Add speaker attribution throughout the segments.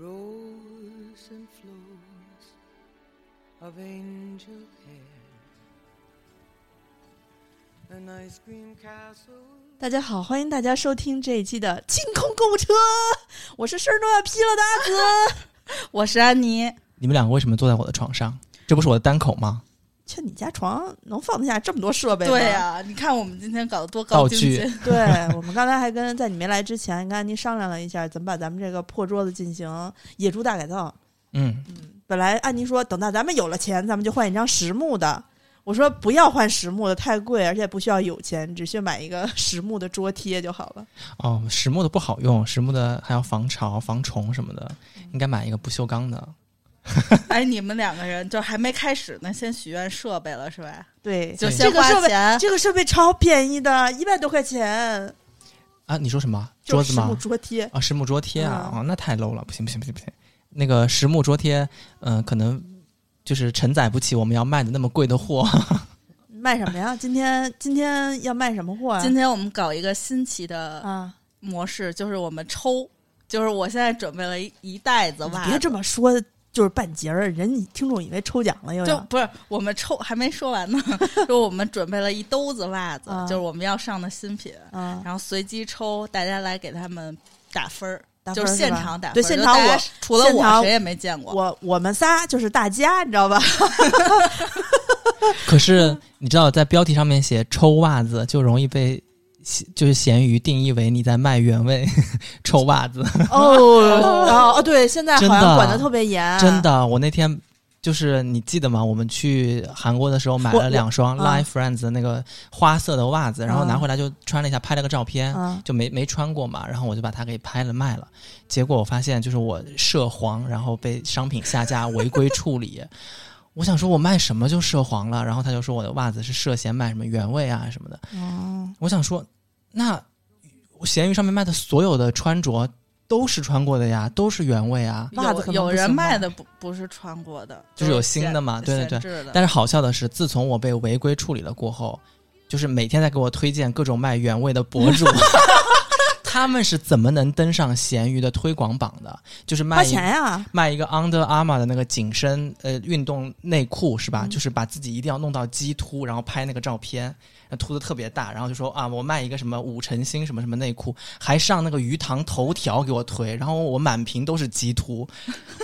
Speaker 1: rose and flows of angel hair. An ice cream castle
Speaker 2: 大家好，欢迎大家收听这一期的《清空购物车》， 我是事儿都要批了的阿泽，
Speaker 3: 我是安妮，
Speaker 4: 你们两个为什么坐在我的床上？这不是我的单口吗？
Speaker 2: 就你家床能放得下这么多设备吗？
Speaker 3: 对呀、你看我们今天搞得多
Speaker 4: 道
Speaker 3: 高精
Speaker 4: 具
Speaker 3: 尖，
Speaker 2: 对我们刚才还跟在你没来之前跟安妮商量了一下，怎么把咱们这个破桌子进行野猪大改造。
Speaker 4: 嗯，
Speaker 2: 本来安妮说等到咱们有了钱，咱们就换一张实木的。我说不要换实木的，太贵，而且不需要有钱，只需要买一个实木的桌贴就好了。
Speaker 4: 哦，实木的不好用，实木的还要防潮、防虫什么的，
Speaker 2: 嗯
Speaker 4: 应该买一个不锈钢的。
Speaker 3: 哎，你们两个人就还没开始呢，先许愿设备了是啊吧？
Speaker 2: 对，
Speaker 3: 就
Speaker 4: 对
Speaker 3: 先
Speaker 2: 这个
Speaker 3: 花
Speaker 2: 设备
Speaker 3: 钱，
Speaker 2: 这个设备超便宜的，一百多块钱，
Speaker 4: 啊，你说什么？
Speaker 2: 就
Speaker 4: 桌
Speaker 2: 是
Speaker 4: 子
Speaker 2: 实
Speaker 4: 吗
Speaker 2: 木？桌贴。
Speaker 4: 啊，实木桌贴啊，
Speaker 2: 嗯
Speaker 4: 哦，那太 low 了，不行不行不行不行。那个实木桌贴，嗯、可能就是承载不起我们要卖的那么贵的货。
Speaker 2: 卖什么呀？今天今天要卖什么货啊？
Speaker 3: 今天我们搞一个新奇的
Speaker 2: 啊，
Speaker 3: 模式，就是我们抽，就是我现在准备了一一袋子
Speaker 2: 你
Speaker 3: 袜
Speaker 2: 别
Speaker 3: 子，
Speaker 2: 这么说，就是半截儿，人你听众以为抽奖了又
Speaker 3: 就
Speaker 2: 要。
Speaker 3: 不是我们抽还没 说完呢，就我们准备了一兜子袜子，
Speaker 2: 啊
Speaker 3: 就是我们要上的新品，
Speaker 2: 啊，
Speaker 3: 然后随机抽，大家来给他们打分儿。
Speaker 2: 打分
Speaker 3: 就
Speaker 2: 儿是
Speaker 3: 是现
Speaker 2: 吧
Speaker 3: 场打分
Speaker 2: 对
Speaker 3: 儿，
Speaker 2: 现
Speaker 3: 就
Speaker 2: 场
Speaker 3: 大家
Speaker 2: 我
Speaker 3: 除了
Speaker 2: 现场
Speaker 3: 我谁也没见过，
Speaker 2: 我我们仨就是大家，你知道吧？
Speaker 4: 可是
Speaker 2: 嗯
Speaker 4: 你知道，在标题上面写抽袜子，就容易被就是咸鱼定义为你在卖原味 抽袜子。
Speaker 2: 哦哦哦，对，现在好像
Speaker 4: 真的
Speaker 2: 管得特别严，
Speaker 4: 真。的，我那天就是你记得吗？我们去韩国的时候买
Speaker 2: 我
Speaker 4: 了两双
Speaker 2: 我啊
Speaker 4: Life Friends 的那个花色的袜子，然后
Speaker 2: 啊
Speaker 4: 拿回来就穿了一下，拍了个照片，
Speaker 2: 啊
Speaker 4: 就没没穿过嘛，然后我就把它给拍了卖了。结果我发现就是我涉黄，然后被商品下架违规处理。 我想说，我卖什么就涉黄了，然后他就说我的袜子是涉嫌卖什么原味啊什么的。
Speaker 2: 哦，
Speaker 4: 我想说，那闲鱼上面卖的所有的穿着都是穿过的呀，都是原味啊。
Speaker 2: 袜子可能
Speaker 3: 有
Speaker 2: 不
Speaker 3: 有人
Speaker 2: 行吧
Speaker 3: 卖的不不是穿过的，
Speaker 4: 就是有新的嘛
Speaker 3: 闲
Speaker 4: 对对对
Speaker 3: 闲置的
Speaker 4: 但是好笑的是，自从我被违规处理了过后，就是每天在给我推荐各种卖原味的博 主，他们是怎么能登上闲鱼的推广榜的？就是
Speaker 2: 花
Speaker 4: 卖一
Speaker 2: 钱呀！
Speaker 4: 卖一个 Under Armour 的那个紧身呃运动内裤是吧？
Speaker 2: 嗯
Speaker 4: 就是把自己一定要弄到鸡突，然后拍那个照片，凸的特别大，然后就说啊，我卖一个什么五成新什么什么内裤，还上那个鱼塘头条给我推，然后我满屏都是鸡突，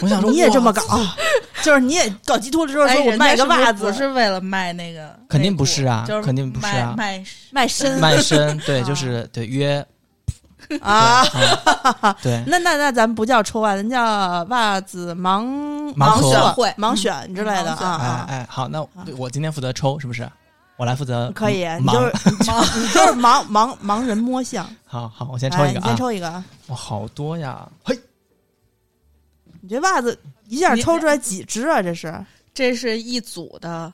Speaker 4: 我想说
Speaker 2: 你也这么
Speaker 4: 哇
Speaker 2: 搞，啊就是你也搞鸡突了之后
Speaker 3: 哎
Speaker 2: 说我
Speaker 3: 人家
Speaker 2: 卖个
Speaker 3: 是不是
Speaker 2: 袜子
Speaker 3: 不是为了卖那个，
Speaker 4: 肯定不是
Speaker 3: 内
Speaker 4: 啊
Speaker 3: 裤就是
Speaker 4: 肯定不是啊
Speaker 3: 卖卖
Speaker 2: 卖身
Speaker 4: 卖身，对，
Speaker 2: 啊
Speaker 4: 就是对约
Speaker 2: 啊？
Speaker 4: 嗯 对，
Speaker 2: 那那那咱们不叫抽袜，咱叫袜子盲
Speaker 4: 盲
Speaker 2: 测
Speaker 3: 选会嗯
Speaker 2: 盲选之类的
Speaker 3: 盲选
Speaker 2: 啊
Speaker 4: 哎
Speaker 2: 啊。
Speaker 4: 哎，好，那我今天负责抽是不是？我来负责，
Speaker 2: 可以，你就
Speaker 4: 呃忙
Speaker 2: 是。你就是盲盲盲人摸象，
Speaker 4: 好好， 我先抽
Speaker 2: 哎
Speaker 4: 一个
Speaker 2: 你先
Speaker 4: 啊！
Speaker 2: 抽一个啊！
Speaker 4: 哇，好多呀！嘿，
Speaker 2: 你这袜子一下
Speaker 3: 你
Speaker 2: 抽出来几只啊？这是
Speaker 3: 这是一组的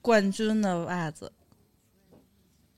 Speaker 3: 冠军的袜子，
Speaker 2: 嗯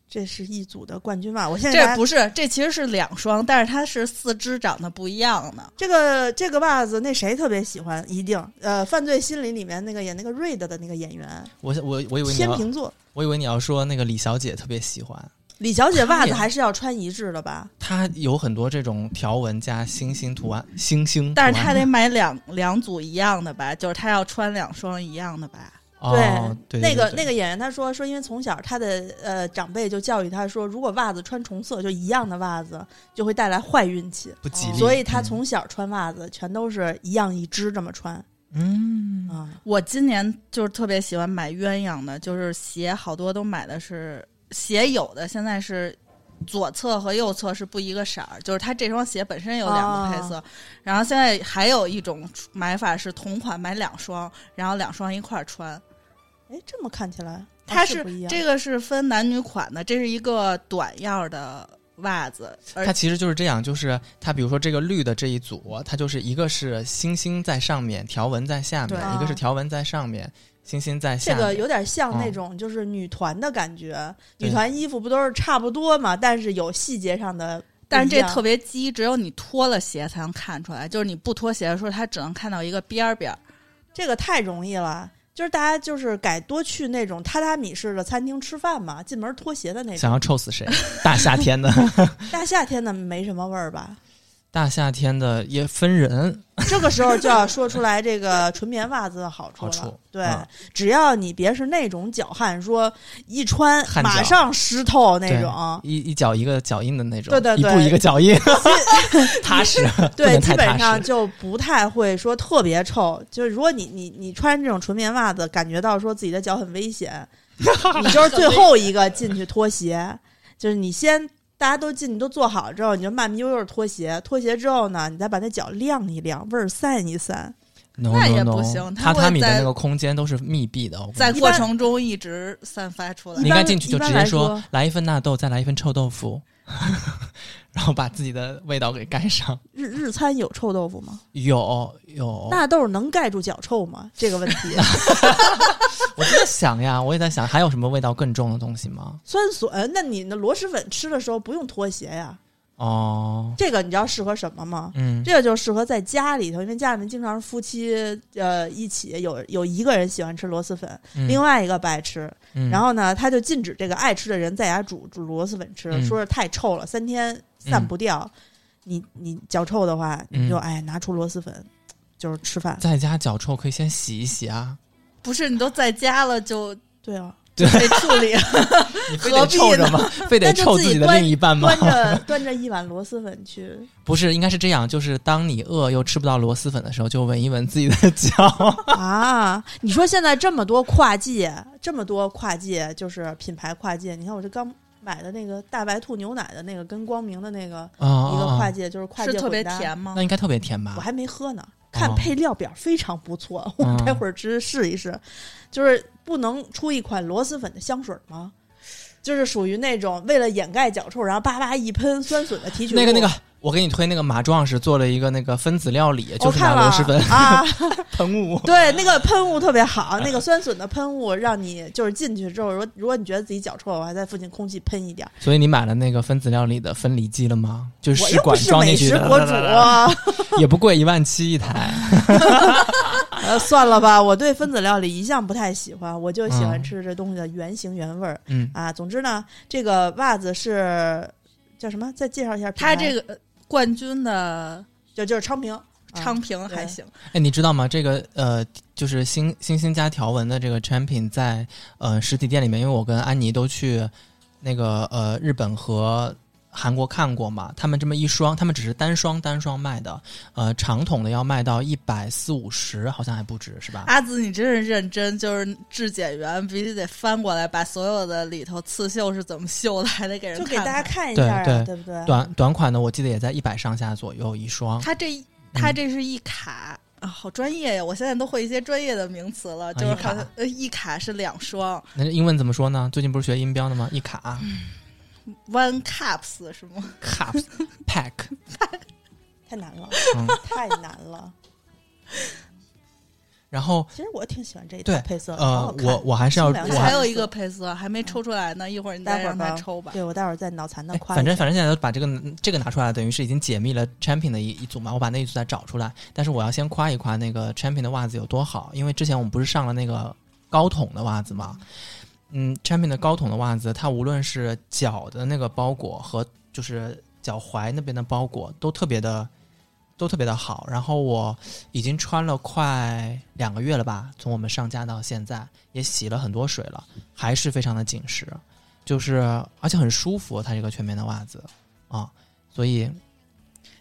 Speaker 2: 这是一组的冠军袜，我现在
Speaker 3: 这不是这其实是两双，但是它是四肢长得不一样的。
Speaker 2: 这个这个袜子，那谁特别喜欢？一定，呃，《犯罪心理》里面那个演那个 Reid 的那个演员，
Speaker 4: 我我我以为你
Speaker 2: 天
Speaker 4: 要，
Speaker 2: 秤座。
Speaker 4: 我以为你要说那个李小姐特别喜欢，
Speaker 2: 李小姐袜
Speaker 4: 她
Speaker 2: 子
Speaker 4: 也
Speaker 2: 还是要穿一致的吧？
Speaker 4: 她有很多这种条纹加星星图案，星星图案，
Speaker 3: 但是她得买两两组一样的吧，就是她要穿两双一样的吧。
Speaker 4: 哦，对，
Speaker 2: 那个
Speaker 4: 对
Speaker 2: 那，个演员他说说，因为从小他的呃长辈就教育他说，如果袜子穿重色，就一样的袜子就会带来坏运气，
Speaker 4: 对
Speaker 3: 哦
Speaker 4: 不吉利，
Speaker 2: 所以他
Speaker 4: 嗯
Speaker 2: 从小穿袜子全都是一样一只这么穿
Speaker 4: 嗯
Speaker 2: 啊。
Speaker 3: 我今年就是特别喜欢买鸳鸯的，就是鞋好多都买的是鞋有的，现在是左侧和右侧是不一个色儿，就是它这双鞋本身有两个配色，然后现在还有一种买法是同款买两双，然后两双一块儿穿。
Speaker 2: 哎，这么看起来，
Speaker 3: 它
Speaker 2: 哦是不一样
Speaker 3: 这个是分男女款的，这是一个短样的袜子，而
Speaker 4: 它其实就是这样，就是它比如说这个绿的这一组，它就是一个是星星在上面，条纹在下面
Speaker 3: 对，
Speaker 4: 一个是条纹在上面，星星在下
Speaker 2: 啊这
Speaker 4: 面。
Speaker 2: 个有点像那
Speaker 4: 嗯
Speaker 2: 种就是女团的感觉，
Speaker 4: 对
Speaker 2: 女团衣服不都是差不多嘛？但是有细节上的不一样，
Speaker 3: 但是这特别鸡，只有你脱了鞋才能看出来，就是你不脱鞋的时候，它只能看到一个边儿边儿。
Speaker 2: 这个太容易了。就是大家就是改多去那种榻榻米式的餐厅吃饭嘛，进门脱鞋的那
Speaker 4: 想
Speaker 2: 种。
Speaker 4: 要臭死谁？大夏天的，
Speaker 2: 大夏天的没什么味儿吧？
Speaker 4: 大夏天的也分人，
Speaker 2: 这个时候就要说出来这个纯棉袜子的好处
Speaker 4: 好
Speaker 2: 了。
Speaker 4: 处
Speaker 2: 对，
Speaker 4: 啊
Speaker 2: 只要你别是那种脚汗，说一穿
Speaker 4: 汗脚
Speaker 2: 马上湿透那
Speaker 4: 对
Speaker 2: 种，
Speaker 4: 一一脚一个脚印的那种，
Speaker 2: 对对对
Speaker 4: 一步一个脚 印， 踏实，不
Speaker 2: 对，
Speaker 4: 能
Speaker 2: 基
Speaker 4: 太
Speaker 2: 本
Speaker 4: 踏
Speaker 2: 上
Speaker 4: 实。
Speaker 2: 就不太会说特别臭。就是如果你你你穿这种纯棉袜子，感觉到说自己的脚很危 险，你就是最后一个进去脱鞋。就是你先大家都进，你都做好之后，你就慢慢悠悠地脱鞋。脱鞋之后呢，你再把那脚晾一晾，味儿散一散。
Speaker 4: No,
Speaker 3: 那
Speaker 4: no,
Speaker 3: 也
Speaker 4: no
Speaker 3: 不行它
Speaker 4: 榻
Speaker 3: 会
Speaker 4: 榻米的
Speaker 3: 在
Speaker 4: 那个空间都是密闭的。我跟
Speaker 3: 在
Speaker 4: 你
Speaker 3: 过程中一直散发出
Speaker 4: 说
Speaker 3: 来
Speaker 4: 你
Speaker 2: 一。
Speaker 4: 应该
Speaker 2: 般
Speaker 4: 进去就
Speaker 2: 一般
Speaker 4: 直接
Speaker 2: 来说
Speaker 4: 来一份纳豆，再来一份臭豆腐， 然后把自己的味道给盖上。
Speaker 2: 日日餐有臭豆腐吗？
Speaker 4: 有有，
Speaker 2: 纳豆能盖住脚臭吗？这个问题，
Speaker 4: 我就在想呀，我也在想，还有什么味道更重的东西吗？
Speaker 2: 酸笋。那你那螺蛳粉吃的时候不用脱鞋呀？
Speaker 4: 哦，
Speaker 2: 这个你知道适合什么吗？
Speaker 4: 嗯，
Speaker 2: 这个就适合在家里头，因为家里面经常是夫妻呃一起，有有一个人喜欢吃螺蛳粉，
Speaker 4: 嗯
Speaker 2: 另外一个不爱吃，
Speaker 4: 嗯
Speaker 2: 然后呢，他就禁止这个爱吃的人在家煮煮螺蛳粉吃，
Speaker 4: 嗯
Speaker 2: 说是太臭了，三天散不掉。你你脚臭的话，
Speaker 4: 嗯
Speaker 2: 你就哎拿出螺蛳粉，就是吃饭。
Speaker 4: 在家脚臭可以先洗一洗啊，
Speaker 3: 不是，你都在家了 就
Speaker 2: 对 啊，
Speaker 3: 就得处理，
Speaker 4: 你非
Speaker 3: 何
Speaker 4: 得
Speaker 3: 必
Speaker 4: 臭着
Speaker 3: 呢
Speaker 4: 吗？ 非得
Speaker 2: 那就
Speaker 4: 臭
Speaker 2: 自
Speaker 4: 自
Speaker 2: 己
Speaker 4: 己的
Speaker 2: 端
Speaker 4: 另一半吗
Speaker 2: 端？着端着一碗螺蛳粉去，
Speaker 4: 不是，应该是这样，就是当你饿又吃不到螺蛳粉的时候，就闻一闻自己的
Speaker 2: 哦
Speaker 4: 脚。
Speaker 2: 啊，你说现在这么多跨界，这么多跨界，就是品牌跨界。你看我这刚买的那个大白兔牛奶的那个，跟光明的那个、
Speaker 4: 啊啊
Speaker 2: 一个
Speaker 4: 啊
Speaker 2: 跨界，就是跨界
Speaker 3: 是特别
Speaker 2: 混搭
Speaker 3: 甜吗
Speaker 4: 那？应该特别甜吧
Speaker 2: 哦我？还没喝呢，
Speaker 4: 哦
Speaker 2: 看配料表非常不错，我
Speaker 4: 嗯
Speaker 2: 待会儿只试一试。就是不能出一款螺蛳粉的香水吗？就是属于那种为了掩盖脚臭，然后叭叭一喷酸笋的提取
Speaker 4: 那个
Speaker 2: 物
Speaker 4: 那个，我给你推那个马壮士做了一个那个分子料理，
Speaker 2: 我
Speaker 4: 就是
Speaker 2: 看
Speaker 4: 拿
Speaker 2: 了
Speaker 4: 螺蛳粉
Speaker 2: 啊，
Speaker 4: 喷 雾。
Speaker 2: 对，那个喷雾特别好，那个酸笋的喷雾让你就是进去之后，如果如果你觉得自己脚臭的话，在附近空气喷一点儿。
Speaker 4: 所以你买了那个分子料理的分离机了吗？就是
Speaker 2: 我
Speaker 4: 试
Speaker 2: 又不
Speaker 4: 管
Speaker 2: 是
Speaker 4: 装
Speaker 2: 美
Speaker 4: 进去
Speaker 2: 食
Speaker 4: 的，
Speaker 2: 博 主， 啊
Speaker 4: 也不贵，一万七一台。
Speaker 2: 呃，算了吧，我对分子料理一向不太喜欢，我就喜欢
Speaker 4: 嗯
Speaker 2: 吃这东西的原形原味儿
Speaker 4: 嗯，
Speaker 2: 啊。总之呢，这个袜子是叫什么？再介绍一下品牌，
Speaker 3: 它这个呃冠军的
Speaker 2: 就就是昌平，
Speaker 3: 昌
Speaker 2: 啊
Speaker 3: 平还行，
Speaker 4: 哎，你知道吗？这个呃，就是星星星加条纹的这个产品在呃实体店里面，因为我跟安妮都去那个呃日本和韩国看过嘛，他们这么一双，他们只是单双单双卖的，呃，长筒的要卖到一百四五十，好像还不止是吧？
Speaker 3: 阿紫，你真是认真，就是质检员必须得翻过来，把所有的里头刺绣是怎么绣的，还得给人
Speaker 2: 啊就
Speaker 3: 看
Speaker 2: 给大家
Speaker 3: 看。
Speaker 2: 看一
Speaker 4: 对
Speaker 2: 下啊，
Speaker 4: 对
Speaker 2: 对不对？
Speaker 4: 短短款的我记得也在一百上下左右一双，
Speaker 3: 他这一他
Speaker 2: 嗯
Speaker 3: 这是一卡啊，好专业呀！我现在都会一些专业的名词
Speaker 2: 啊
Speaker 3: 了，就是
Speaker 4: 一卡
Speaker 3: 好像呃一卡是两双
Speaker 4: 那英文怎么说呢？最近不是学音标的吗？一卡
Speaker 2: 嗯
Speaker 3: ，one cups 是吗？
Speaker 4: cup pack，
Speaker 2: 太难了，
Speaker 4: 嗯，
Speaker 2: 太难了。
Speaker 4: 然后
Speaker 2: 其实我挺喜欢这一
Speaker 4: 对
Speaker 2: 套配色的，好
Speaker 4: 呃
Speaker 2: 好，看
Speaker 4: 我我还是要
Speaker 2: 清凉
Speaker 4: 我
Speaker 2: 下
Speaker 4: 还
Speaker 3: 还有一个配色还没抽出来呢，一会儿你再
Speaker 2: 待会儿
Speaker 3: 让他
Speaker 2: 吧
Speaker 3: 抽吧。
Speaker 2: 对我待会儿在脑残的
Speaker 4: 哎
Speaker 2: 夸一下。
Speaker 4: 反正反正现在把这个这个拿出来，等于是已经解密了 Champion 的一一组嘛，我把那一组再找出来。但是我要先夸一夸那个 Champion 的袜子有多好，因为之前我们不是上了那个高筒的袜子嘛，嗯，Champion 的高筒的袜子，它无论是脚的那个包裹和就是脚踝那边的包裹都特别的。都特别的好，然后我已经穿了快两个月了吧，从我们上架到现在也洗了很多水了，还是非常的紧实。就是而且很舒服，它这个全棉的袜子啊，所以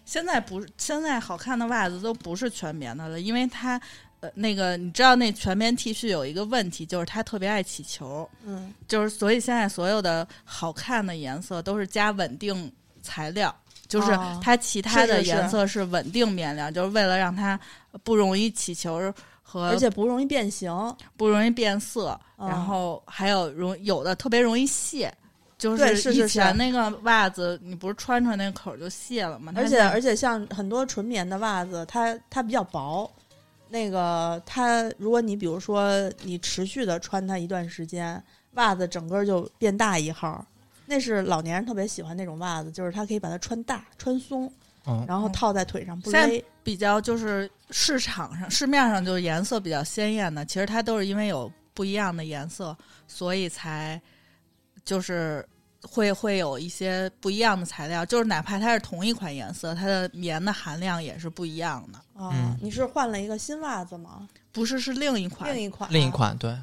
Speaker 3: 现在不是现在好看的袜子都不是全棉的了，因为它呃那个你知道那全棉 T 恤有一个问题，就是它特别爱起球，
Speaker 2: 嗯，
Speaker 3: 就是所以现在所有的好看的颜色都是加稳定材料。就是
Speaker 2: 哦
Speaker 3: 它其他的
Speaker 2: 是是是
Speaker 3: 颜色是稳定面料，就是为了让它不容易起球和
Speaker 2: 而且不容易变形。
Speaker 3: 不容易变色，
Speaker 2: 哦
Speaker 3: 然后还有容有的特别容易卸，就
Speaker 2: 对是是
Speaker 3: 以前
Speaker 2: 是
Speaker 3: 那个袜子你不是穿穿那口儿就卸了吗？它
Speaker 2: 而
Speaker 3: 现
Speaker 2: 且
Speaker 3: 在
Speaker 2: 而且像很多纯棉的袜子，它它比较薄，那个它如果你比如说你持续的穿它一段时间，袜子整个就变大一号。那是老年人特别喜欢那种袜子，就是它可以把它穿大、穿松，
Speaker 4: 嗯，
Speaker 2: 然后套在腿上不
Speaker 3: 现在
Speaker 2: 勒。
Speaker 3: 比较就是市场上市面上就是颜色比较鲜艳的，其实它都是因为有不一样的颜色，所以才就是会会有一些不一样的材料，就是哪怕它是同一款颜色，它的棉的含量也是不一样的。
Speaker 2: 啊、
Speaker 4: 嗯
Speaker 2: 你是换了一个新袜子吗？
Speaker 3: 不是，是另一款。
Speaker 2: 另一款、
Speaker 4: 另一，款对，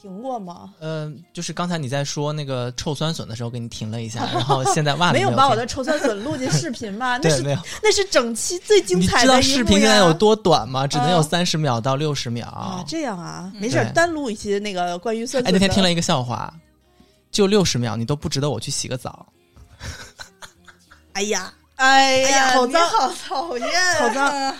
Speaker 2: 停过啊吗？
Speaker 4: 呃，就是刚才你在说那个臭酸笋的时候，给你停了 一下，然后现在袜子
Speaker 2: 没
Speaker 4: 有
Speaker 2: 有把我
Speaker 4: 停
Speaker 2: 的臭酸笋录进视频 吧？那
Speaker 4: 对
Speaker 2: 是
Speaker 4: 没有，
Speaker 2: 那是整期最精
Speaker 4: 你
Speaker 2: 彩
Speaker 4: 知
Speaker 2: 的
Speaker 4: 道
Speaker 2: 一幕
Speaker 4: 视频现在
Speaker 2: 呀
Speaker 4: 有多短吗？只能有
Speaker 2: 啊
Speaker 4: 三十秒到六十秒
Speaker 2: 啊？这样啊，
Speaker 3: 嗯
Speaker 2: 没事儿，
Speaker 4: 对
Speaker 2: 单录一期那个关于酸
Speaker 4: 哎，
Speaker 2: 笋的。
Speaker 4: 那天听了一个笑话，就六十秒，你都不值得我去洗个澡。
Speaker 2: 哎呀，
Speaker 3: 哎呀，
Speaker 2: 哎呀好
Speaker 3: 你
Speaker 2: 脏
Speaker 3: 好讨厌，啊
Speaker 2: 好脏
Speaker 4: 呃